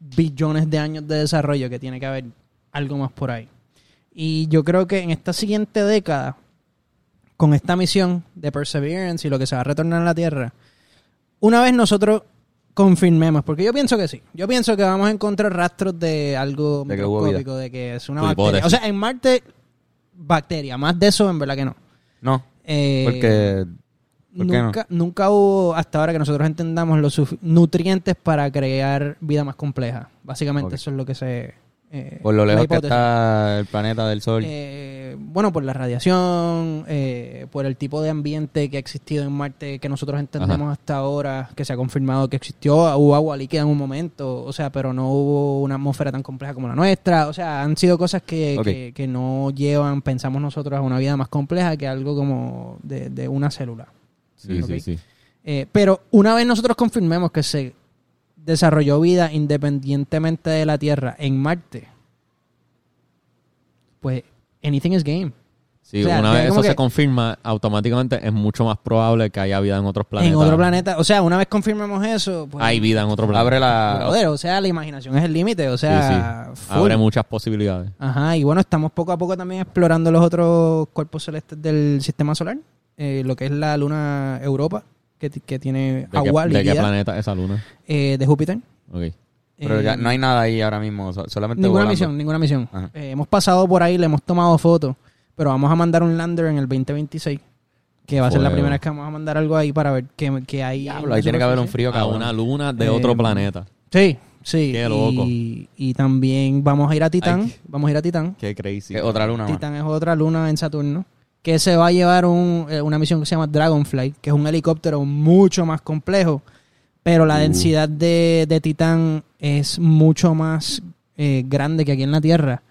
billones de años de desarrollo que tiene que haber algo más por ahí. Y yo creo que en esta siguiente década, con esta misión de Perseverance y lo que se va a retornar a la Tierra, una vez nosotros confirmemos, porque yo pienso que sí, yo pienso que vamos a encontrar rastros de algo
De que hubo
microscópico, de que es una
Tu
bacteria.
hipótesis.
O sea, en Marte, bacteria, más de eso en verdad que no.
No,
Eh,
porque ¿por qué no?
nunca, nunca hubo hasta ahora que nosotros entendamos los sufi- nutrientes para crear vida más compleja. Básicamente
Ok.
eso es lo que se... eh,
por lo
la
lejos que
hipótesis.
está el planeta del Sol.
Eh, bueno, por la radiación, eh, por el tipo de ambiente que ha existido en Marte que nosotros entendemos hasta ahora, que se ha confirmado que existió, Ah, hubo agua líquida en un momento, o sea, pero no hubo una atmósfera tan compleja como la nuestra, o sea, han sido cosas que,
Ok.
que- que no llevan, pensamos nosotros, a una vida más compleja que algo como de, de una célula.
Sí,
Ok.
sí, sí.
Eh, pero una vez nosotros confirmemos que se desarrolló vida independientemente de la Tierra en Marte, pues anything is game.
Sí,
O sea,
una
ya
vez
como
eso se
que-
confirma, automáticamente es mucho más probable que haya vida en otros planetas.
En otro planeta. O sea, una vez confirmemos eso, pues.
Hay vida en otro planeta.
Abre la...
brother, o sea, la imaginación es el límite. O
Sí,
sea,
sí.
full.
Abre muchas posibilidades.
Ajá, y bueno, estamos poco a poco también explorando los otros cuerpos celestes del sistema solar. eh, lo que es la luna Europa, que, t- que tiene
¿De,
agua
qué, de qué
líquida
planeta es esa luna?
eh, de Júpiter.
Ok.
Pero
Eh,
ya no hay nada ahí ahora mismo, so- solamente
Ninguna
volando.
misión, ninguna misión.
Ajá.
Eh, hemos pasado por ahí, le hemos tomado fotos, pero vamos a mandar un lander en el 2026, que va a ser la
Fuego.
primera vez que vamos a mandar algo ahí para ver qué, qué hay. en
Diablo,
la
ahí tiene que haber un
superficie.
frío,
A
cabrón.
Ah, una luna de
Eh,
otro planeta.
Sí, sí.
Qué
y-
loco.
Y, también vamos a ir a Titán,
Ay.
vamos a ir a Titán.
Qué crazy.
Eh, Otra luna más.
Titán es otra luna en Saturno, que se va a llevar un- eh, una misión que se llama Dragonfly, que es un helicóptero mucho más complejo Pero
Uh.
la densidad de, de Titán es mucho más eh, grande que aquí en la Tierra.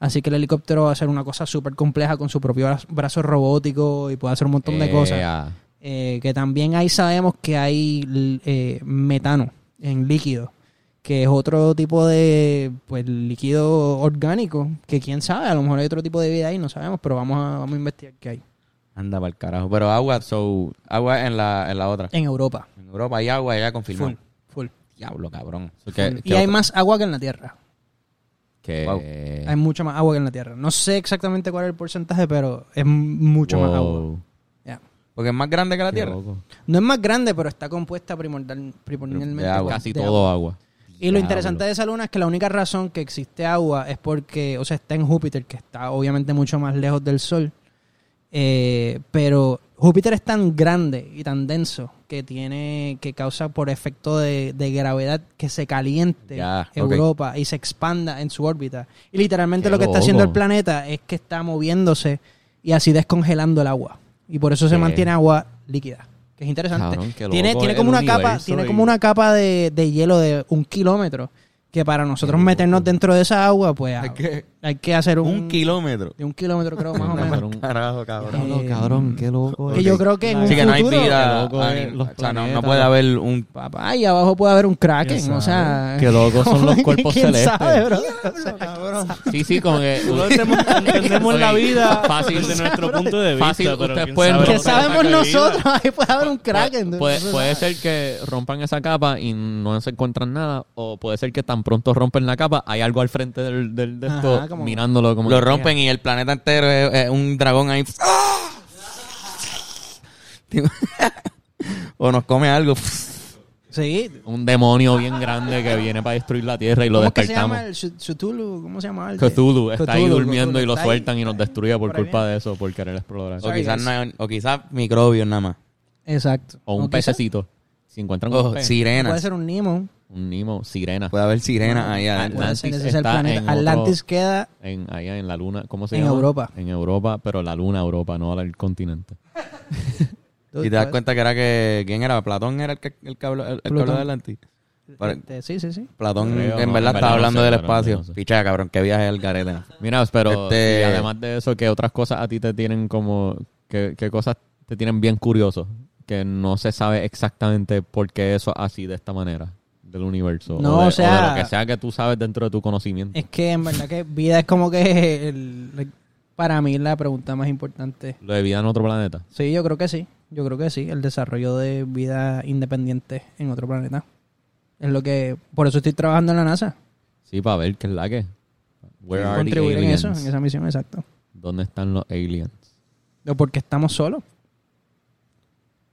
Así que el helicóptero va a ser una cosa súper compleja con su propio bra- brazo robótico y puede hacer un montón de cosas.
Ea.
Eh, que también ahí sabemos que hay l- eh, metano en líquido, que es otro tipo de pues, líquido orgánico, que quién sabe, a lo mejor hay otro tipo de vida ahí, no sabemos, pero vamos a, vamos a investigar qué hay.
Anda para el carajo. Pero agua, so, agua en la, en la otra.
En Europa.
En Europa hay agua ya confirmado.
Full, full.
Diablo, cabrón.
So, ¿qué-
full.
qué
Y hay
otro?
más agua que en la Tierra.
Que-
Wow.
Hay mucha más agua que en la Tierra. No sé exactamente cuál es el porcentaje, pero es mucho más
Wow.
agua. Ya.
Porque es más grande que la
Qué
Tierra.
loco.
No es más grande, pero está compuesta primordial, primordialmente
De agua.
por-
Casi
de agua.
todo agua.
Y lo interesante de esa luna es que la única razón que existe agua es porque, o sea, está en Júpiter, que está obviamente mucho más lejos del Sol. Eh, pero Júpiter es tan grande y tan denso que tiene, que causa por efecto de, de gravedad que se caliente
Ya, ok.
Europa y se expanda en su órbita. Y literalmente
Qué
lo que está
loco.
haciendo el planeta es que está moviéndose y así descongelando el agua. Y por eso se
Qué-
mantiene agua líquida. Que es interesante.
Cabrón, qué
tiene,
loco
tiene
el
como una capa,
universo
tiene
y-
como una capa de, de hielo de un kilómetro. Que para nosotros meternos dentro de esa agua, pues
Hay
hay que,
que-
hacer un,
un kilómetro.
De un kilómetro, creo, más o
Cabrón,
menos.
un-
Carajo, cabrón.
Eh,
cabrón, qué loco.
Que yo creo que en un
Así que no hay
futuro-
vida.
Qué loco,
ani-
eh, los
o sea, no, no
planetas,
puede
los-
haber un.
Papá, ahí abajo puede haber un kraken, o sea...
Qué locos son los cuerpos
¿Quién
celestes.
sabe, bro?
Sí, sí, como que.
Entendemos, entendemos la
Ok,
vida
fácil.
desde nuestro punto de vista.
Fácil,
pero
ustedes
quién
pueden-
sabe
Que
lo
sabemos
que hay vida.
nosotros, ahí puede haber un kraken.
Pu-
dude.
puede, puede ser que rompan esa capa y no se encuentran nada, o puede ser que tan pronto rompen la capa, hay algo al frente del, del- de esto
Ajá, como-
mirándolo como.
Lo rompen y el planeta entero es, es un dragón ahí. o nos come algo.
Sí.
un demonio bien grande que viene para destruir la tierra y lo
¿Cómo que se
despertamos.
llama el Su- Cthulhu? ¿Cómo se llama? el de-
Cthulhu está ahí
Cthulhu,
durmiendo
Cthulhu,
y lo
está ahí.
sueltan y nos destruye por
Por ahí
culpa de eso, por querer explorar.
o
Sorry,
quizás
guys.
no- o quizás microbios nada más.
Exacto.
O un
quizá-
pececito. Si encuentran un,
O
pez,
Puede
sirenas.
ser un Nemo.
un Nimo, sirena.
Puede haber sirenas ahí adentro.
Puede ser,
Atlantis
ese es el
está en
planeta.
otro-
Atlantis queda
En, allá en la luna, ¿cómo se
En
llama?
Europa.
En Europa, pero la luna Europa, no el continente.
Y te das cuenta que era que. ¿Quién era? ¿Platón era el que el que habló- el- el que habló
Plutón.
de Atlantis? Para-
Este, sí, sí, sí.
Platón,
Creo,
en
no,
verdad,
en verdad
estaba
no
hablando
sé,
del
cabrón,
espacio.
no sé.
Picha, cabrón, qué viaje el garete.
Mira, pero
Este-
y además de eso, ¿qué otras cosas a ti te tienen como... ¿Qué, qué cosas te tienen bien curioso? Que no se sabe exactamente por qué eso es así de esta manera del universo.
No,
o, de,
o sea-
de lo que sea que tú sabes dentro de tu conocimiento.
Es que en verdad que vida es como que el- el- para mí la pregunta más importante.
Lo de vida en otro planeta.
Sí, yo creo que sí. Yo creo que sí. El desarrollo de vida independiente en otro planeta. Es lo que. Por eso estoy trabajando en la NASA.
Sí, para ver qué es la que. Where are the
Contribuir en
aliens?
eso, en esa misión, exacto.
¿Dónde están los aliens?
O porque estamos solos.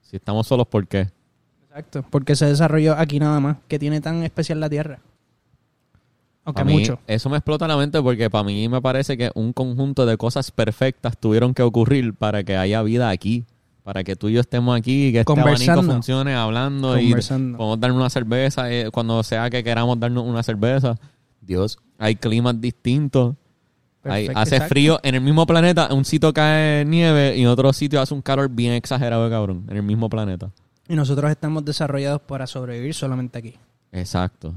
Si estamos solos, ¿por qué?
Exacto. Porque se desarrolló aquí nada más. Que tiene tan especial la Tierra. Aunque
Pa' mí,
mucho.
Eso me explota la mente porque para mí me parece que un conjunto de cosas perfectas tuvieron que ocurrir para que haya vida aquí. Para que tú y yo estemos aquí y que este abanico
Conversando.
funcione hablando y
Conversando.
podemos darnos una cerveza eh, cuando sea que queramos darnos una cerveza.
Dios.
Hay climas distintos. Hay-
Perfecto,
hace
exacto.
frío en el mismo planeta. En un sitio cae nieve y en otro sitio hace un calor bien exagerado, cabrón. En el mismo planeta.
Y nosotros estamos desarrollados para sobrevivir solamente aquí.
Exacto.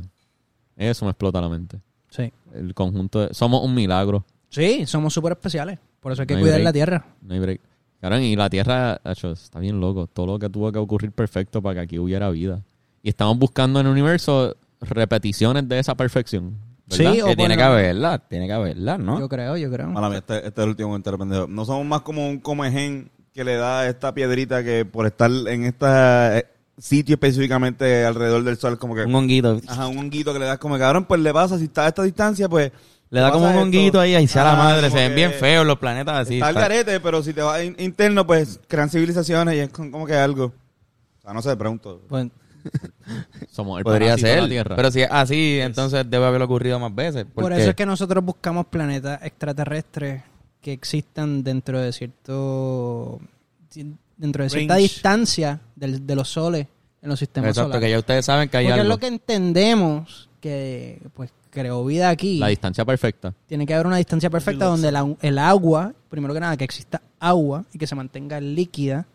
Eso me explota la mente.
Sí.
El conjunto de- Somos un milagro.
Sí, somos súper especiales. Por eso hay que
No hay
cuidar
break.
la Tierra.
No hay break. Cabrón, y la Tierra, hecho, está bien loco. Todo lo que tuvo que ocurrir perfecto para que aquí hubiera vida. Y estamos buscando en el universo repeticiones de esa perfección. ¿verdad?
Sí, o
que
por
tiene
lo-
que haberla, tiene que haberla, ¿no?
Yo creo, yo creo.
Mala mía, este, este es el último comentario, pendejo. No somos más como un comején que le da esta piedrita que por estar en este sitio específicamente alrededor del sol, como que...
un honguito.
Ajá, un honguito que le das como, cabrón, pues le pasa, si está a esta distancia, pues...
Le da como un
pasa esto.
honguito ahí, ahí sea la
Ajá,
madre.
como
Se ven
que
bien feos los planetas así.
está el
está-
garete, pero si te vas in- interno, pues crean civilizaciones y es con- como que algo. O sea, no sé, pregunto.
Bueno,
Somos el
Podría
parásito de la
ser.
Tierra.
Pero si es así, entonces debe haber ocurrido más veces.
por eso es que nosotros buscamos planetas extraterrestres que existan dentro de cierto dentro de cierta
Range.
distancia del- de los soles en los sistemas
Exacto, que
solares.
ya ustedes saben que hay
Porque es
algo.
lo que entendemos que pues creó vida aquí.
La distancia perfecta.
Tiene que haber una distancia perfecta donde la- el agua, primero que nada, que exista agua y que se mantenga líquida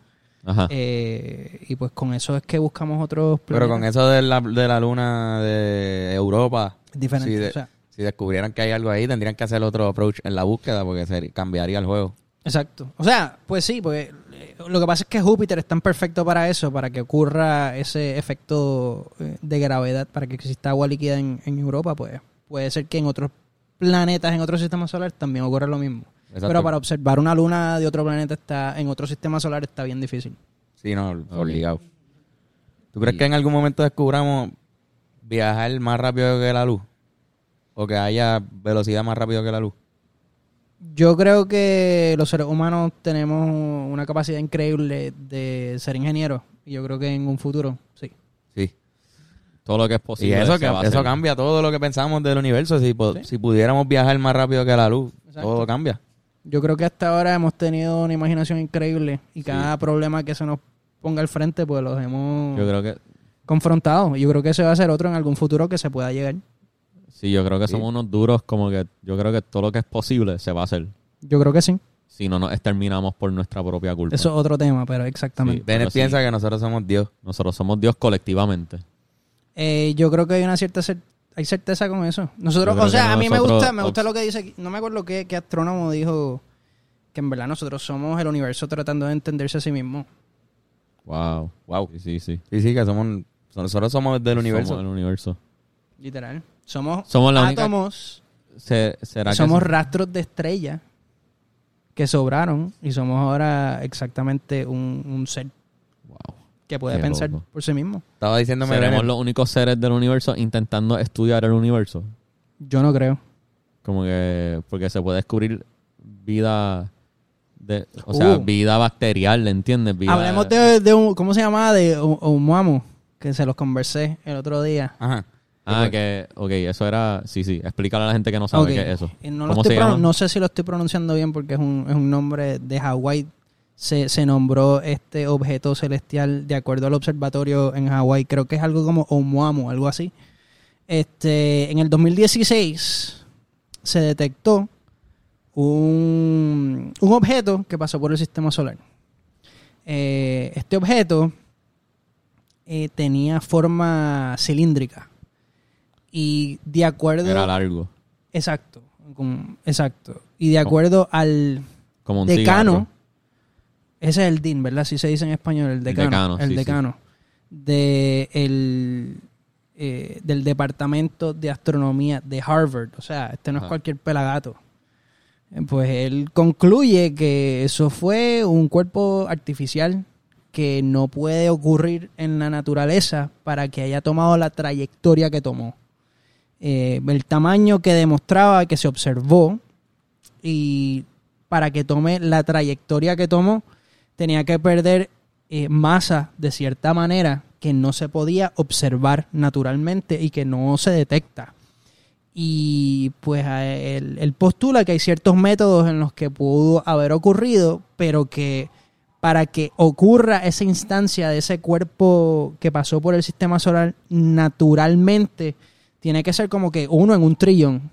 Ajá.
Eh, y pues con eso es que buscamos otros
Pero con
planetas
eso de la, de la luna de Europa,
diferentes.
sí, de-
o sea,
si descubrieran que hay algo ahí, tendrían que hacer otro approach en la búsqueda porque se cambiaría el juego.
Exacto. O sea, pues sí, pues eh, lo que pasa es que Júpiter es tan perfecto para eso, para que ocurra ese efecto eh, de gravedad, para que exista agua líquida en, en Europa, pues puede ser que en otros planetas, en otros sistemas solares también ocurra lo mismo.
Exacto.
Pero para observar una luna de otro planeta está en otro sistema solar está bien difícil.
Sí, no, obligado. ¿Tú crees que en algún momento descubramos viajar más rápido que la luz? ¿O que haya velocidad más rápido que la luz?
Yo creo que los seres humanos tenemos una capacidad increíble de ser ingenieros. Y yo creo que en un futuro, sí.
Sí.
Todo lo que es
Y
posible.
eso,
se
que-
va a
eso
hacer.
cambia todo lo que pensamos del universo. Si, po- si pudiéramos viajar más rápido que la luz,
Exacto.
todo cambia.
Yo creo que hasta ahora hemos tenido una imaginación increíble y cada problema que se nos ponga al frente, pues los hemos
Yo creo que
confrontado. Y Yo creo que ese va a ser otro en algún futuro que se pueda llegar.
Sí, yo creo que
Sí.
somos unos duros, como que yo creo que todo lo que es posible se va a hacer.
Yo creo que sí.
Si no nos exterminamos por nuestra propia culpa.
Eso es otro tema, pero exactamente.
Sí. Pero
Bennett piensa que nosotros somos Dios.
Nosotros somos Dios colectivamente.
Eh, yo creo que hay una cierta cer- hay certeza con eso.
Yo
Nosotros,
creo
o sea,
que
a mí me
nosotros
gusta, me
obs-
gusta lo que dice, aquí. no me acuerdo qué, qué astrónomo dijo que en verdad nosotros somos el universo tratando de entenderse a sí mismo.
Wow. Wow. Sí, sí, sí.
Sí, sí, que somos. Nosotros somos del universo.
Somos el universo.
Literal. Somos,
Somos la única-
átomos,
Se- ¿Será
somos
que sí?
rastros de estrellas que sobraron y somos ahora exactamente un, un ser
Wow.
que puede
Qué
pensar
loco.
por sí mismo.
Estaba diciéndome.
¿Seremos
Bennett,
los únicos seres del universo intentando estudiar el universo?
Yo no creo.
Como que... Porque se puede descubrir vida... De, o sea,
Uh.
vida bacterial, ¿le entiendes? Vida-
Hablemos de, de un, ¿cómo se llamaba? De un- un Muamo, que se los conversé el otro día.
Ajá.
Ah, que... Ok, eso era... Sí, sí. Explícale a la gente que no sabe
Ok.
qué es eso.
Eh, No, lo
¿Cómo
estoy
se
pro-
llama?
no sé si lo estoy pronunciando bien porque es un, es un nombre de Hawái. Se, se nombró este objeto celestial de acuerdo al observatorio en Hawái. Creo que es algo como Oumuamua, algo así. Este, en el 2016 se detectó un, un objeto que pasó por el sistema solar. Eh, este objeto eh, tenía forma cilíndrica. Y de acuerdo.
Era largo.
Exacto, con- exacto. Y de acuerdo al
Como un
decano,
cigarro.
ese es el DIN, ¿verdad? Así se dice en español, el decano. El decano,
decano, sí, sí.
de el, eh, del Departamento de Astronomía de Harvard. O sea, este no es
Ajá.
cualquier pelagato. Eh, Pues él concluye que eso fue un cuerpo artificial que no puede ocurrir en la naturaleza para que haya tomado la trayectoria que tomó. Eh, el tamaño que demostraba que se observó y para que tome la trayectoria que tomó, tenía que perder eh, masa de cierta manera que no se podía observar naturalmente y que no se detecta. Y pues a él, él postula que hay ciertos métodos en los que pudo haber ocurrido, pero que para que ocurra esa instancia de ese cuerpo que pasó por el sistema solar naturalmente, tiene que ser como que uno en un trillón.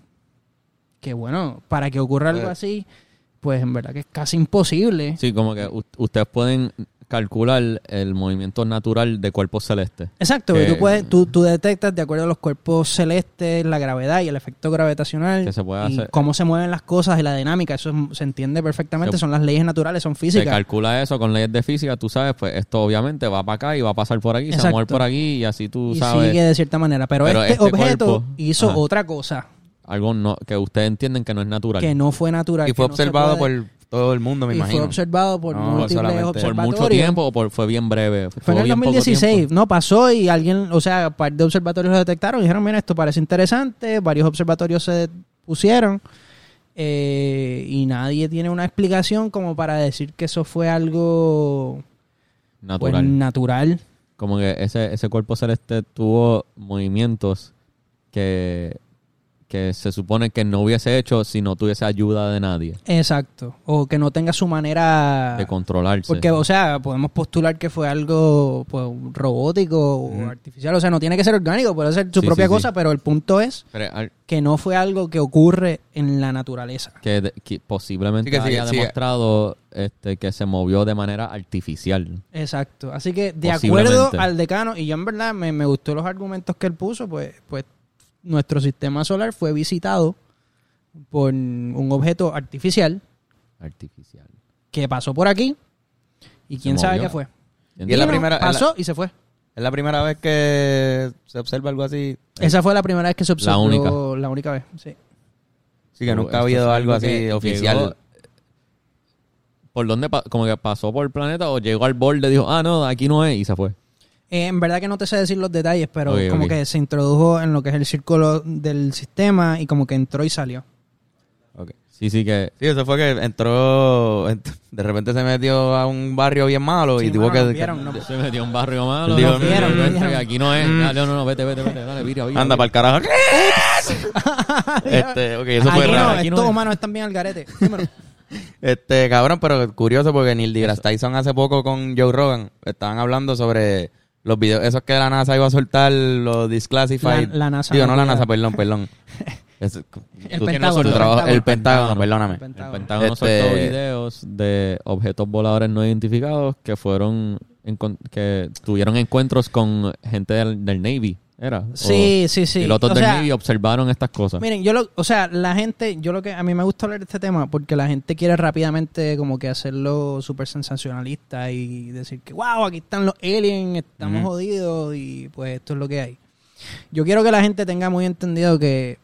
Que bueno, para que ocurra algo
Eh.
así, pues en verdad que es casi imposible.
Sí, como que u- ustedes pueden calcular el movimiento natural de cuerpos celestes.
Exacto,
que-
y tú, puedes, tú, tú detectas de acuerdo a los cuerpos celestes, la gravedad y el efecto gravitacional,
Que se puede
y
hacer.
cómo se mueven las cosas y la dinámica, eso es- se entiende perfectamente,
Se-
son las leyes naturales, son
Se
físicas.
calcula eso con leyes de física, tú sabes, pues esto obviamente va para acá y va a pasar por aquí, se va a mover
Exacto.
por aquí y así tú
Y
sabes
sigue de cierta manera, pero,
Pero
este,
este
objeto
cuerpo-
hizo
Ajá.
otra cosa
algo no, que ustedes entienden que no es natural.
que no fue natural.
Y fue
que no se
observado
puede-
por todo el mundo, me
y
imagino.
fue observado por
No,
múltiples
solamente-
por
observatorios.
mucho tiempo o por, fue bien breve.
Fue en el
bien poco
2016,
tiempo.
no pasó y alguien, o sea, par de observatorios lo detectaron y dijeron, mira, esto parece interesante, varios observatorios se pusieron eh, y nadie tiene una explicación como para decir que eso fue algo pues,
Natural.
natural.
Como que ese, ese cuerpo celeste tuvo movimientos que, que se supone que no hubiese hecho si no tuviese ayuda de nadie
Exacto. O que no tenga su manera.
de controlarse.
Ah. Porque, o sea, podemos postular que fue algo pues, robótico o artificial. O sea, no tiene que ser orgánico, puede ser su
Sí,
propia
sí, sí.
cosa, pero el punto es
Pero al-
que no fue algo que ocurre en la naturaleza.
que, de- que posiblemente
Sí, que sigue,
haya
sigue.
demostrado este, que se movió de manera artificial.
Exacto. Así que, de
Posiblemente.
acuerdo al decano, y yo en verdad me, me gustó los argumentos que él puso, pues, pues nuestro sistema solar fue visitado por un objeto artificial
Artificial.
que pasó por aquí y quién sabe
movió.
qué fue.
Y es la
Vino,
primera- es la- Eh.
pasó y se fue.
Es la primera vez que se observa algo así.
Esa fue la primera vez que se observó.
La única.
La única vez, sí.
Sí, que
Tú,
nunca
esto
ha
es
habido algo así
que
oficial.
llegó- ¿Por dónde? pa- como que pasó por el planeta o llegó al borde y dijo, ah, no, aquí no es, y se fue.
Eh, en verdad que no te sé decir los detalles, pero
Ok,
como
ok.
que se introdujo en lo que es el círculo del sistema y como que entró y salió.
Sí, sí, que
Sí, eso fue que entró, ent- de repente se metió a un barrio bien malo y
Sí,
tuvo
mano, nos
que...
vieron, no-
se metió en un barrio malo.
Digo,
no,
vieron,
vete,
vieron.
Aquí no es. Dale, no, no, vete, vete, vete. Dale, vira, vira.
Anda, para el carajo. este, ok, eso fue
Aquí no,
raro.
aquí no
estos
es.
humanos están bien al garete. Dímelo.
Este, cabrón, pero curioso porque Neil deGrasse Tyson hace poco con Joe Rogan estaban hablando sobre los videos esos que la NASA iba a soltar, los Disclassified.
La- la NASA
Digo,
no
no la
cuida.
NASA, perdón, perdón. Es-
El
tú-
Pentágono,
tu
el
trabajo-
Pentágono.
el Pentágono, perdóname.
Pentágono.
El Pentágono
Este-
soltó videos de objetos voladores no identificados que fueron encon- que tuvieron encuentros con gente del, del Navy, era. O
Sí, sí, sí.
Pilotos
O
del
sea,
Navy observaron estas cosas.
Miren, yo lo, o sea, la gente, yo lo que a mí me gusta hablar de este tema porque la gente quiere rápidamente como que hacerlo súper sensacionalista y decir que wow, aquí están los aliens, estamos
Ujú.
jodidos y pues esto es lo que hay. Yo quiero que la gente tenga muy entendido que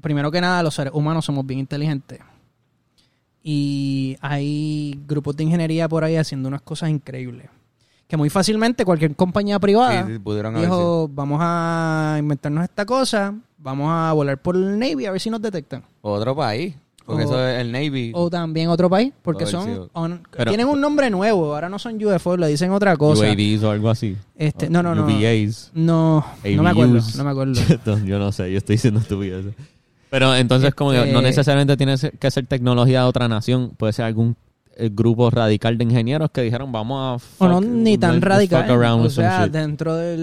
primero que nada los seres humanos somos bien inteligentes. Y hay grupos de ingeniería por ahí haciendo unas cosas increíbles. Que muy fácilmente cualquier compañía privada
Sí, sí, pudieron haber sido.
dijo, vamos a inventarnos esta cosa, vamos a volar por el Navy a ver si nos detectan.
Otro país, porque
O-
eso es el Navy.
O también otro país, porque
Puede haber
son
sido.
on-
Pero-
tienen un nombre nuevo, ahora no son UFO, le dicen otra cosa.
UAVs o algo así.
Este, no, no, no.
UVAs.
No, no me acuerdo,
AVUs.
no me acuerdo.
No, yo no sé, yo estoy diciendo estupideces. Pero entonces, como que no
Este-
necesariamente tiene que ser tecnología de otra nación, puede ser algún eh, grupo radical de ingenieros que dijeron, vamos a.
O
fuck-
no ni tan
let's
radical.
fuck around
O
with some
sea,
shit.
dentro de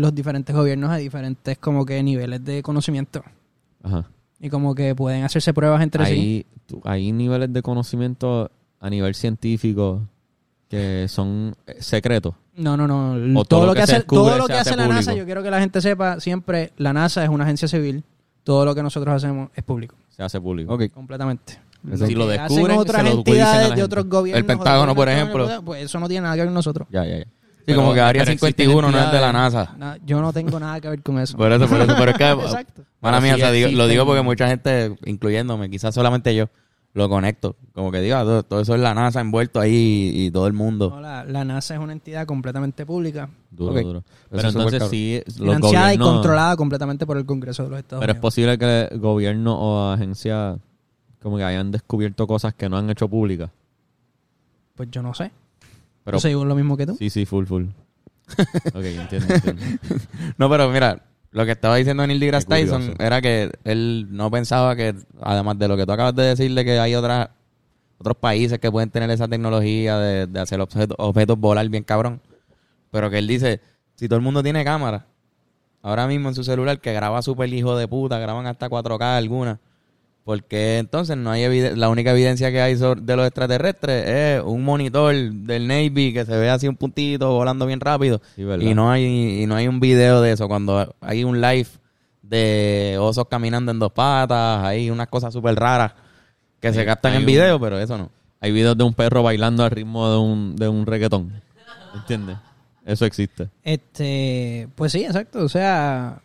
los diferentes gobiernos hay diferentes como que niveles de conocimiento.
Ajá.
Y como que pueden hacerse pruebas entre sí.
hay, tú- hay niveles de conocimiento a nivel científico que son eh, secretos.
No, no, no.
O todo
todo, lo
lo
que
que se
hace, todo
descubre
lo
se
que hace
hace
la NASA,
público.
yo quiero que la gente sepa siempre, la NASA es una agencia civil. Todo lo que nosotros hacemos es público,
Se hace público.
Ok.
completamente.
Eso sí.
que
Lo
hacen
descubren,
otras
se lo dicen a la
entidades de
gente.
otros gobiernos.
El Pentágono,
otros
por
gobiernos,
ejemplo.
Pues eso no tiene nada que ver con nosotros.
Ya, ya, ya.
Sí, como que Área
pero existen
51 no es de la
entidades-
NASA.
Na- yo no tengo nada que ver con eso.
Por eso, por eso, pero es que...
Exacto.
Mala
Pero
mía,
sí
o sea, digo- lo
existen.
digo porque mucha gente, incluyéndome, quizás solamente yo, lo conecto. Como que digo, ah, todo, todo eso es la NASA envuelto ahí y, y todo el mundo.
No, la, la NASA es una entidad completamente pública,
Duro,
Ok.
duro.
es
Pero
súper
entonces
cabrón.
sí, los
financiada y
gobiernos-
controlada completamente por el Congreso de los Estados
Pero es
Unidos.
posible que gobierno o agencia como que hayan descubierto cosas que no han hecho públicas.
Pues yo no sé.
Pero
yo soy lo mismo que tú.
sí, sí, full, full. ok, entiendo, entiendo.
No, pero mira, lo que estaba diciendo Neil deGrasse
Qué curioso.
Tyson era que él no pensaba que, además de lo que tú acabas de decirle, que hay otras otros países que pueden tener esa tecnología de, de hacer objetos, objetos volar bien cabrón. Pero que él dice, si todo el mundo tiene cámara, ahora mismo en su celular, que graba super hijo de puta, graban hasta 4K algunas, porque entonces no hay evide- la única evidencia que hay sobre- de los extraterrestres es un monitor del Navy que se ve así un puntito volando bien rápido.
Sí, ¿verdad?
y no hay, y no hay un video de eso. Cuando hay un live de osos caminando en dos patas, hay unas cosas súper raras que se
Hay-
captan
hay
en
un-
video, pero eso no.
Hay videos de un perro bailando al ritmo de un, de un reggaetón. ¿Entiendes? Eso existe.
Este, pues sí, exacto. O sea,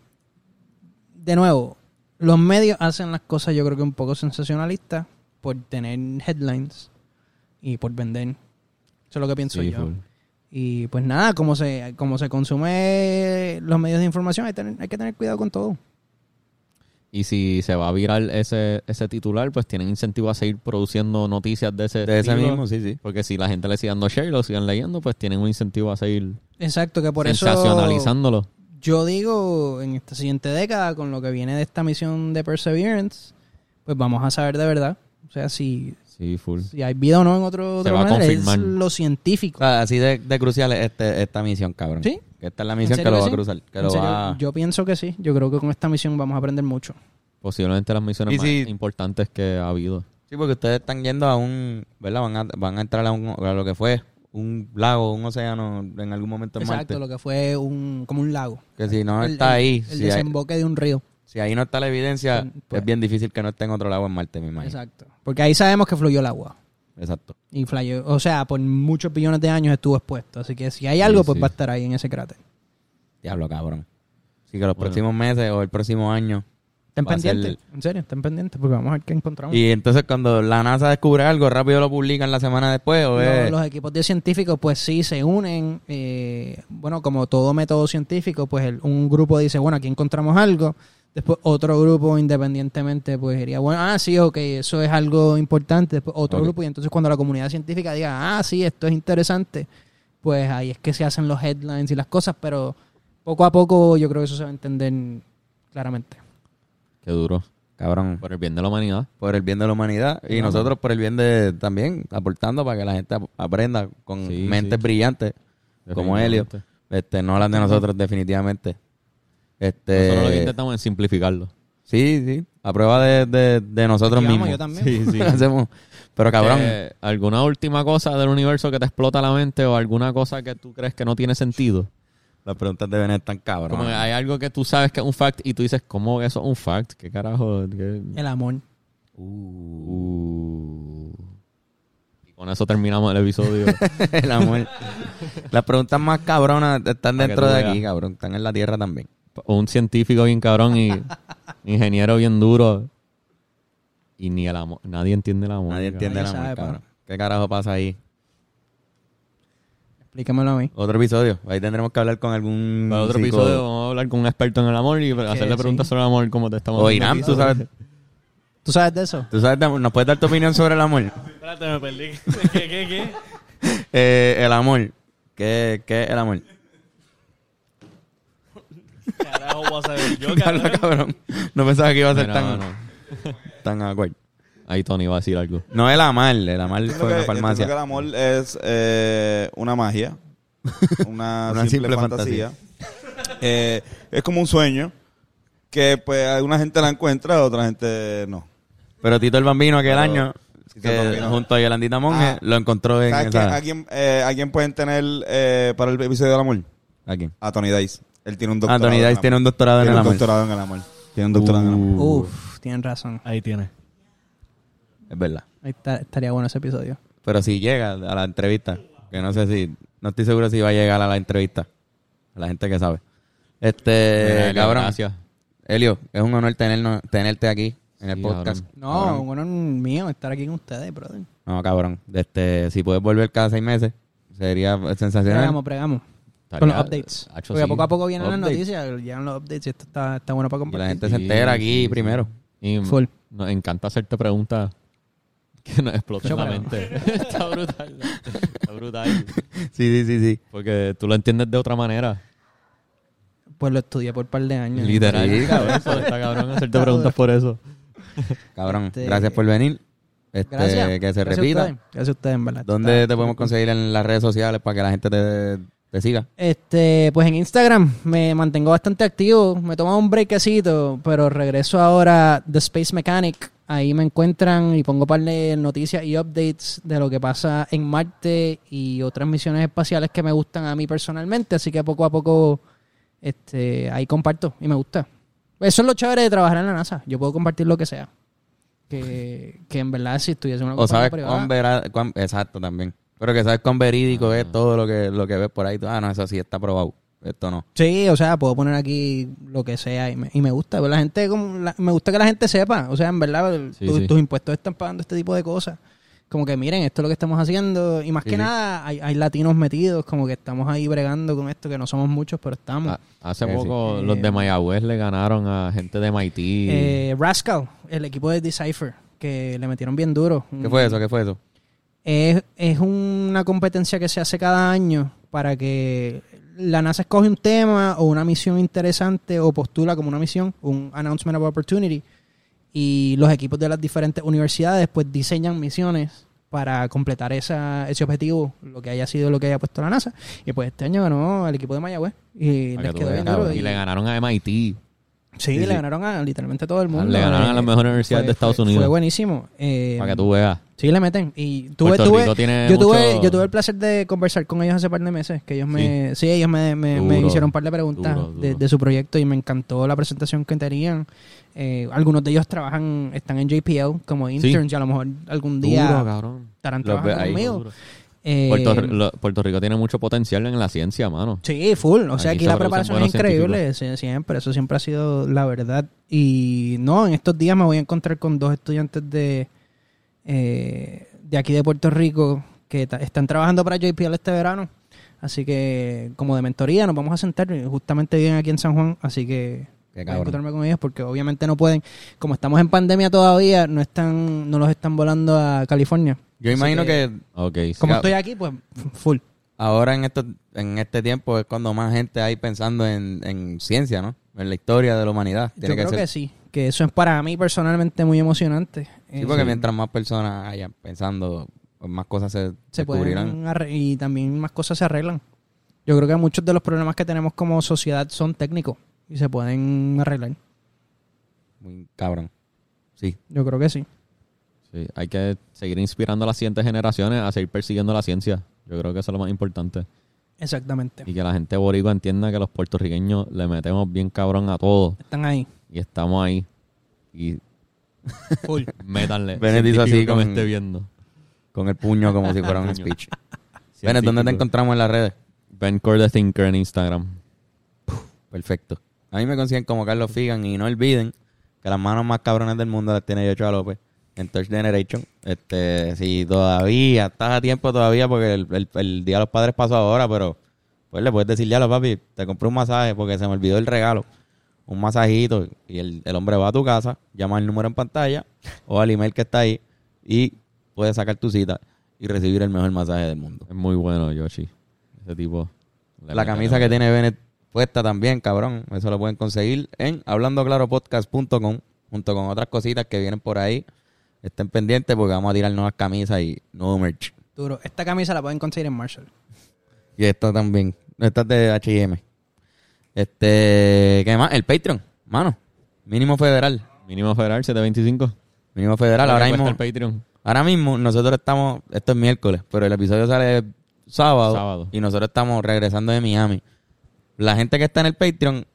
de nuevo, los medios hacen las cosas yo creo que un poco sensacionalistas por tener headlines y por vender. Eso es lo que pienso
Sí,
yo.
full.
Y pues nada, como se, como se consume los medios de información, hay, tener- hay que tener cuidado con todo.
Y si se va a virar ese, ese titular, pues tienen incentivo a seguir produciendo noticias de ese,
De ese
estilo.
mismo, sí, sí.
Porque si la gente le sigue dando share y lo sigan leyendo, pues tienen un incentivo a seguir
Exacto, que por eso
sensacionalizándolo.
Yo digo, en esta siguiente década, con lo que viene de esta misión de Perseverance, pues vamos a saber de verdad. O sea, si,
Sí, full.
si hay vida o no en otro,
Se
otro
va a
planeta, es
confirmar.
lo científico.
O sea, así de, de crucial es este- esta misión, cabrón.
Sí.
Esta es la
¿En
misión que
serio
lo
que
va a
sí?
cruzar. Que
En
lo
serio,
va...
Yo pienso que sí. Yo creo que con esta misión vamos a aprender mucho.
Posiblemente las misiones
Y
más
si-
importantes que ha habido.
Sí, porque ustedes están yendo a un... ¿Verdad? Van a, van a entrar a, un- a lo que fue un lago, un océano en algún momento en
Exacto,
Marte.
lo que fue un como un lago.
Que si no
El-
está
el-
ahí,
El
si, hay-
desemboque de un río.
si ahí no está la evidencia,
Pues-
es bien difícil que no esté en otro lado en Marte, me imagino. Exacto.
Exacto. Porque ahí sabemos que fluyó el agua. Y fluyó, o sea, por muchos billones de años estuvo expuesto. Así que si hay algo, pues
sí.
va a estar ahí en ese cráter.
Diablo, cabrón. Así que los
Bueno.
próximos meses o el próximo año...
Estén
Va a ser-
pendientes. En serio, estén pendientes porque vamos a ver qué encontramos.
Y entonces cuando la NASA descubre algo, rápido lo publican la semana después o
Lo-
es...
los equipos de científicos, pues sí, se unen. eh, bueno, como todo método científico, pues el- un grupo dice, bueno, aquí encontramos algo. Después otro grupo independientemente, pues diría, bueno, ah, sí, ok, eso es algo importante. Después otro
Ok.
grupo. Y entonces cuando la comunidad científica diga, ah, sí, esto es interesante, pues ahí es que se hacen los headlines y las cosas. Pero poco a poco yo creo que eso se va a entender claramente.
Qué duro.
Cabrón.
Por el bien de la humanidad.
por el bien de la humanidad y nosotros por el bien de también aportando para que la gente ap- aprenda con
Sí,
mentes
sí.
brillantes como Helio.
definitivamente.
Este, no hablan de nosotros definitivamente. Este,
Nosotros lo que intentamos es simplificarlo.
sí, sí, a prueba de, de- de nosotros
Aquí vamos,
mismos.
yo también.
Sí, sí. Hacemos- pero cabrón,
Eh, ¿Alguna última cosa del universo que te explota la mente o alguna cosa que tú crees que no tiene sentido?
las preguntas deben estar cabrón.
Como que hay algo que tú sabes que es un fact y tú dices, ¿cómo eso es un fact? ¿Qué carajo? ¿Qué-
El amor.
Uh. Y con eso terminamos el episodio.
El amor. las preguntas más cabronas
Para
están
que
dentro
tú
de
veas.
aquí, cabrón, están en la tierra también.
un científico bien cabrón y ingeniero bien duro. Y ni el amor. Nadie entiende el amor.
Nadie
cabrón.
entiende el
nadie
amor,
sabe, pa.
cabrón. ¿Qué carajo pasa ahí?
Explícamelo a mí.
Otro episodio. Ahí tendremos que hablar con algún
Para otro
psico-
episodio vamos a hablar con un experto en el amor y hacerle
sí.
preguntas sobre el amor como te estamos
O
haciendo
Irán,
aquí.
tú sabes.
¿Tú sabes de eso?
¿Tú sabes de amor? ¿Nos puedes dar tu opinión sobre el amor?
Espérate, me perdí. ¿Qué, qué, qué?
Eh, el amor. ¿Qué, ¿Qué es el amor?
Carajo, voy a saber yo,
Carlos,
cabrón.
cabrón. No pensaba que iba a ser
Mira,
tan,
mano,
tan awkward.
Ahí Tony va a decir algo.
No el amar, el amar
Entiendo
fue
que-
una
entiendo que el
farmacia.
amor es eh, una magia, una,
Una
simple,
simple
fantasía. Eh, es como un sueño que pues alguna gente la encuentra, otra gente no.
Pero Tito el Bambino aquel
Pero-
año,
Tito el
que
Bambino.
junto a Yolandita Monge,
Ah.
lo encontró en
¿Sabes quién-
esa...
a, quién, eh, a quién pueden tener eh, para el episodio del amor?
¿A quién?
A Tony Dice. Él tiene un
Ah,
doctorado.
Tony
en
Dice
amor.
tiene un doctorado en
Tiene
el
un
amor. Uh.
doctorado en el amor. Tiene un doctorado en el amor.
Uf, tienen razón.
Ahí tiene.
Es verdad.
Ahí está- estaría bueno ese episodio.
Pero si llega a la entrevista, que no sé si... No estoy seguro si va a llegar a la entrevista. A la gente que sabe. Este,
Mira, Elio,
cabrón.
Gracias.
Elio, es un honor tenernos- tenerte aquí en el
Sí,
podcast.
No,
Cabrón.
un honor mío estar aquí con ustedes, brother.
No, cabrón. Este, si puedes volver cada seis meses, sería sensacional.
Pregamos, pregamos. Con
Estaría-
los updates.
Hacho,
Porque
sí.
poco a poco vienen las
Updates.
noticias, llegan los updates y esto está, está bueno para
Y la
compartir.
gente
Sí,
se entera aquí
sí,
primero.
Y
Full.
nos encanta hacerte preguntas que nos exploten la
Chócala.
mente. Está brutal. Está brutal.
Sí, sí, sí, sí.
Porque tú lo entiendes de otra manera.
Pues lo estudié por un par de años.
Literal.
Sí, cabrón.
Eso, está cabrón hacerte preguntas por eso.
Cabrón,
Este-
gracias por venir. Este,
Gracias.
que se
Gracias a
repita.
ustedes. Gracias a ustedes, en verdad.
¿Dónde
Está-
te podemos conseguir en las redes sociales para que la gente te, te siga?
Este, pues en Instagram me mantengo bastante activo. Me tomo un breakcito, pero regreso ahora a The Space Mechanic. Ahí me encuentran y pongo par de noticias y updates de lo que pasa en Marte y otras misiones espaciales que me gustan a mí personalmente. Así que poco a poco este, ahí comparto y me gusta. Eso es lo chévere de trabajar en la NASA. Yo puedo compartir lo que sea. Que, que en verdad si estuviese en una
O
compañía
sabes
privada-
cuán, vera- cuán- Exacto, también. Pero que sabes cuán verídico
Ah.
es todo lo que, lo que ves por ahí. Tú, Ah, no, eso sí está probado. Esto no.
Sí, o sea, puedo poner aquí lo que sea y me, y me gusta. pero La gente, como, la- me gusta que la gente sepa. O sea, en verdad, el-
Sí,
tu-
sí.
tus impuestos están pagando este tipo de cosas. Como que miren, esto es lo que estamos haciendo. Y más
Sí,
que
sí.
nada, hay, hay latinos metidos, como que estamos ahí bregando con esto, que no somos muchos, pero estamos.
Ah,
Ha- Ah, Hace
Sí, sí.
poco los de Mayagüez le ganaron a gente de Haití.
Eh, Rascal, el equipo de Decipher, que le metieron bien duro.
¿Qué fue eso? ¿Qué fue eso?
Es, es una competencia que se hace cada año para que la NASA escoge un tema o una misión interesante o postula como una misión, un announcement of opportunity, y los equipos de las diferentes universidades pues diseñan misiones para completar esa, ese objetivo, lo que haya sido lo que haya puesto la NASA. Y pues este año ganó el equipo de Mayagüez y
Para que
les
tú
quedó
veas,
bien duro
cabrón. Y le ganaron a MIT.
Sí, le ganaron a literalmente todo el mundo.
Ah, Le ganaron a las
Eh,
mejores universidades
fue-
de Estados
fue-
Unidos.
Fue buenísimo. Eh,
Para que tú veas.
Sí, le meten. Y tuve,
Puerto
tuve,
Rico tiene
yo, tuve,
mucho-
yo tuve el placer de conversar con ellos hace par de meses. Que ellos me, sí. ellos me, me- me
Duro,
hicieron un par de preguntas
duro, duro.
De, de su proyecto y me encantó la presentación que tenían. Eh, algunos de ellos trabajan, están en JPL como interns y a lo mejor algún día
cabrón.
estarán
Los ve
trabajando
ahí.
conmigo. Eh,
Puerto, Ri- lo- Puerto Rico tiene mucho potencial en la ciencia, mano.
Sí, full. O sea,
Aquí
aquí,
se
la
producen
preparación es
buenos
increíble. sí, siempre, eso siempre ha sido la verdad. Y no, en estos días me voy a encontrar con dos estudiantes de, eh, de aquí de Puerto Rico que ta- están trabajando para JPL este verano. Así que, como de mentoría, nos vamos a sentar. y Justamente viven aquí en San Juan, así que
Qué
voy a
cabrón.
encontrarme con ellos porque obviamente no pueden. Como estamos en pandemia todavía, no están no los están volando a California.
Yo
Así
imagino
que-
que,
Ok.
Como
Sí,
estoy aquí, pues full.
ahora en, esto, en este tiempo es cuando más gente hay pensando en, en ciencia, ¿no? En la historia de la humanidad. Tiene
Yo creo
ser-
que sí, que eso es para mí personalmente muy emocionante.
Sí,
Eh,
porque mientras más personas hayan pensando, pues, más cosas se,
se
descubrirán.
pueden arre- y también más cosas se arreglan. Yo creo que muchos de los problemas que tenemos como sociedad son técnicos y se pueden arreglar.
Muy cabrón. Sí.
Yo creo que sí.
Sí, hay que seguir inspirando a las siguientes generaciones a seguir persiguiendo la ciencia. Yo creo que eso es lo más importante.
Exactamente.
Y que la gente boricua entienda que los puertorriqueños le metemos bien cabrón a todo
Están ahí.
y estamos ahí. Y
Full.
métanle.
Bennett hizo así
científico que me
con-
esté viendo.
Con el puño como si fuera un speech. Bennett, ¿dónde te
Científico.
encontramos en las redes?
Ben Core the Thinker en Instagram.
Perfecto. A mí me consiguen como Carlos Figan y no olviden que las manos más cabrones del mundo las tiene Yochoa López en Touch Generation. Este, si todavía estás a tiempo todavía porque el, el- el Día de los Padres pasó ahora, pero pues le puedes decir ya a los papi, te compré un masaje porque se me olvidó el regalo. Un masajito y el, el hombre va a tu casa, llama el número en pantalla o al email que está ahí y puedes sacar tu cita y recibir el mejor masaje del mundo.
Es muy bueno, Yoshi. Ese tipo. le
La
mete-
camisa que tiene Bennett puesta también, cabrón. Eso lo pueden conseguir en hablandoclaropodcast.com junto con otras cositas que vienen por ahí. Estén pendientes porque vamos a tirar nuevas camisas y nuevo merch.
Duro. Esta camisa la pueden conseguir en Marshall.
Y esta también. Esta es de H&M. Este, ¿qué más? El Patreon, mano. Mínimo federal.
Mínimo Federal 725.
Mínimo federal. Ahora
Lo que cuesta
mismo,
el Patreon.
ahora mismo nosotros estamos, esto es miércoles, pero el episodio sale sábado,
Sábado.
y nosotros estamos regresando de Miami. La gente que está en el Patreon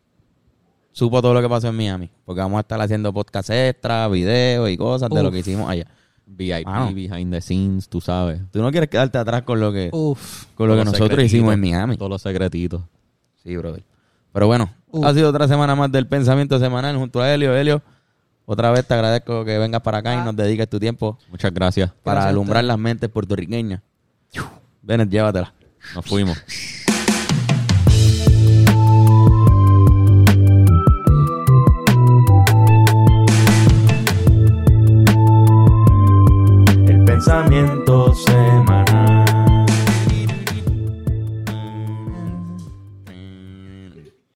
supo todo lo que pasó en Miami, porque vamos a estar haciendo podcast extra, videos y cosas de lo que hicimos allá.
VIP,
Mano.
behind the scenes, tú sabes.
Tú no quieres quedarte atrás con lo que,
Uf.
con lo que
Todos los
nosotros
secretitos,
hicimos en Miami.
Todos los secretitos.
Sí, brother. Pero bueno,
Uf.
ha sido otra semana más del pensamiento semanal junto a Helio. Helio, otra vez te agradezco que vengas para acá y nos dediques tu tiempo
Muchas gracias.
para
Gracias a
alumbrar las mentes puertorriqueñas. Bennett, llévatela.
Nos fuimos.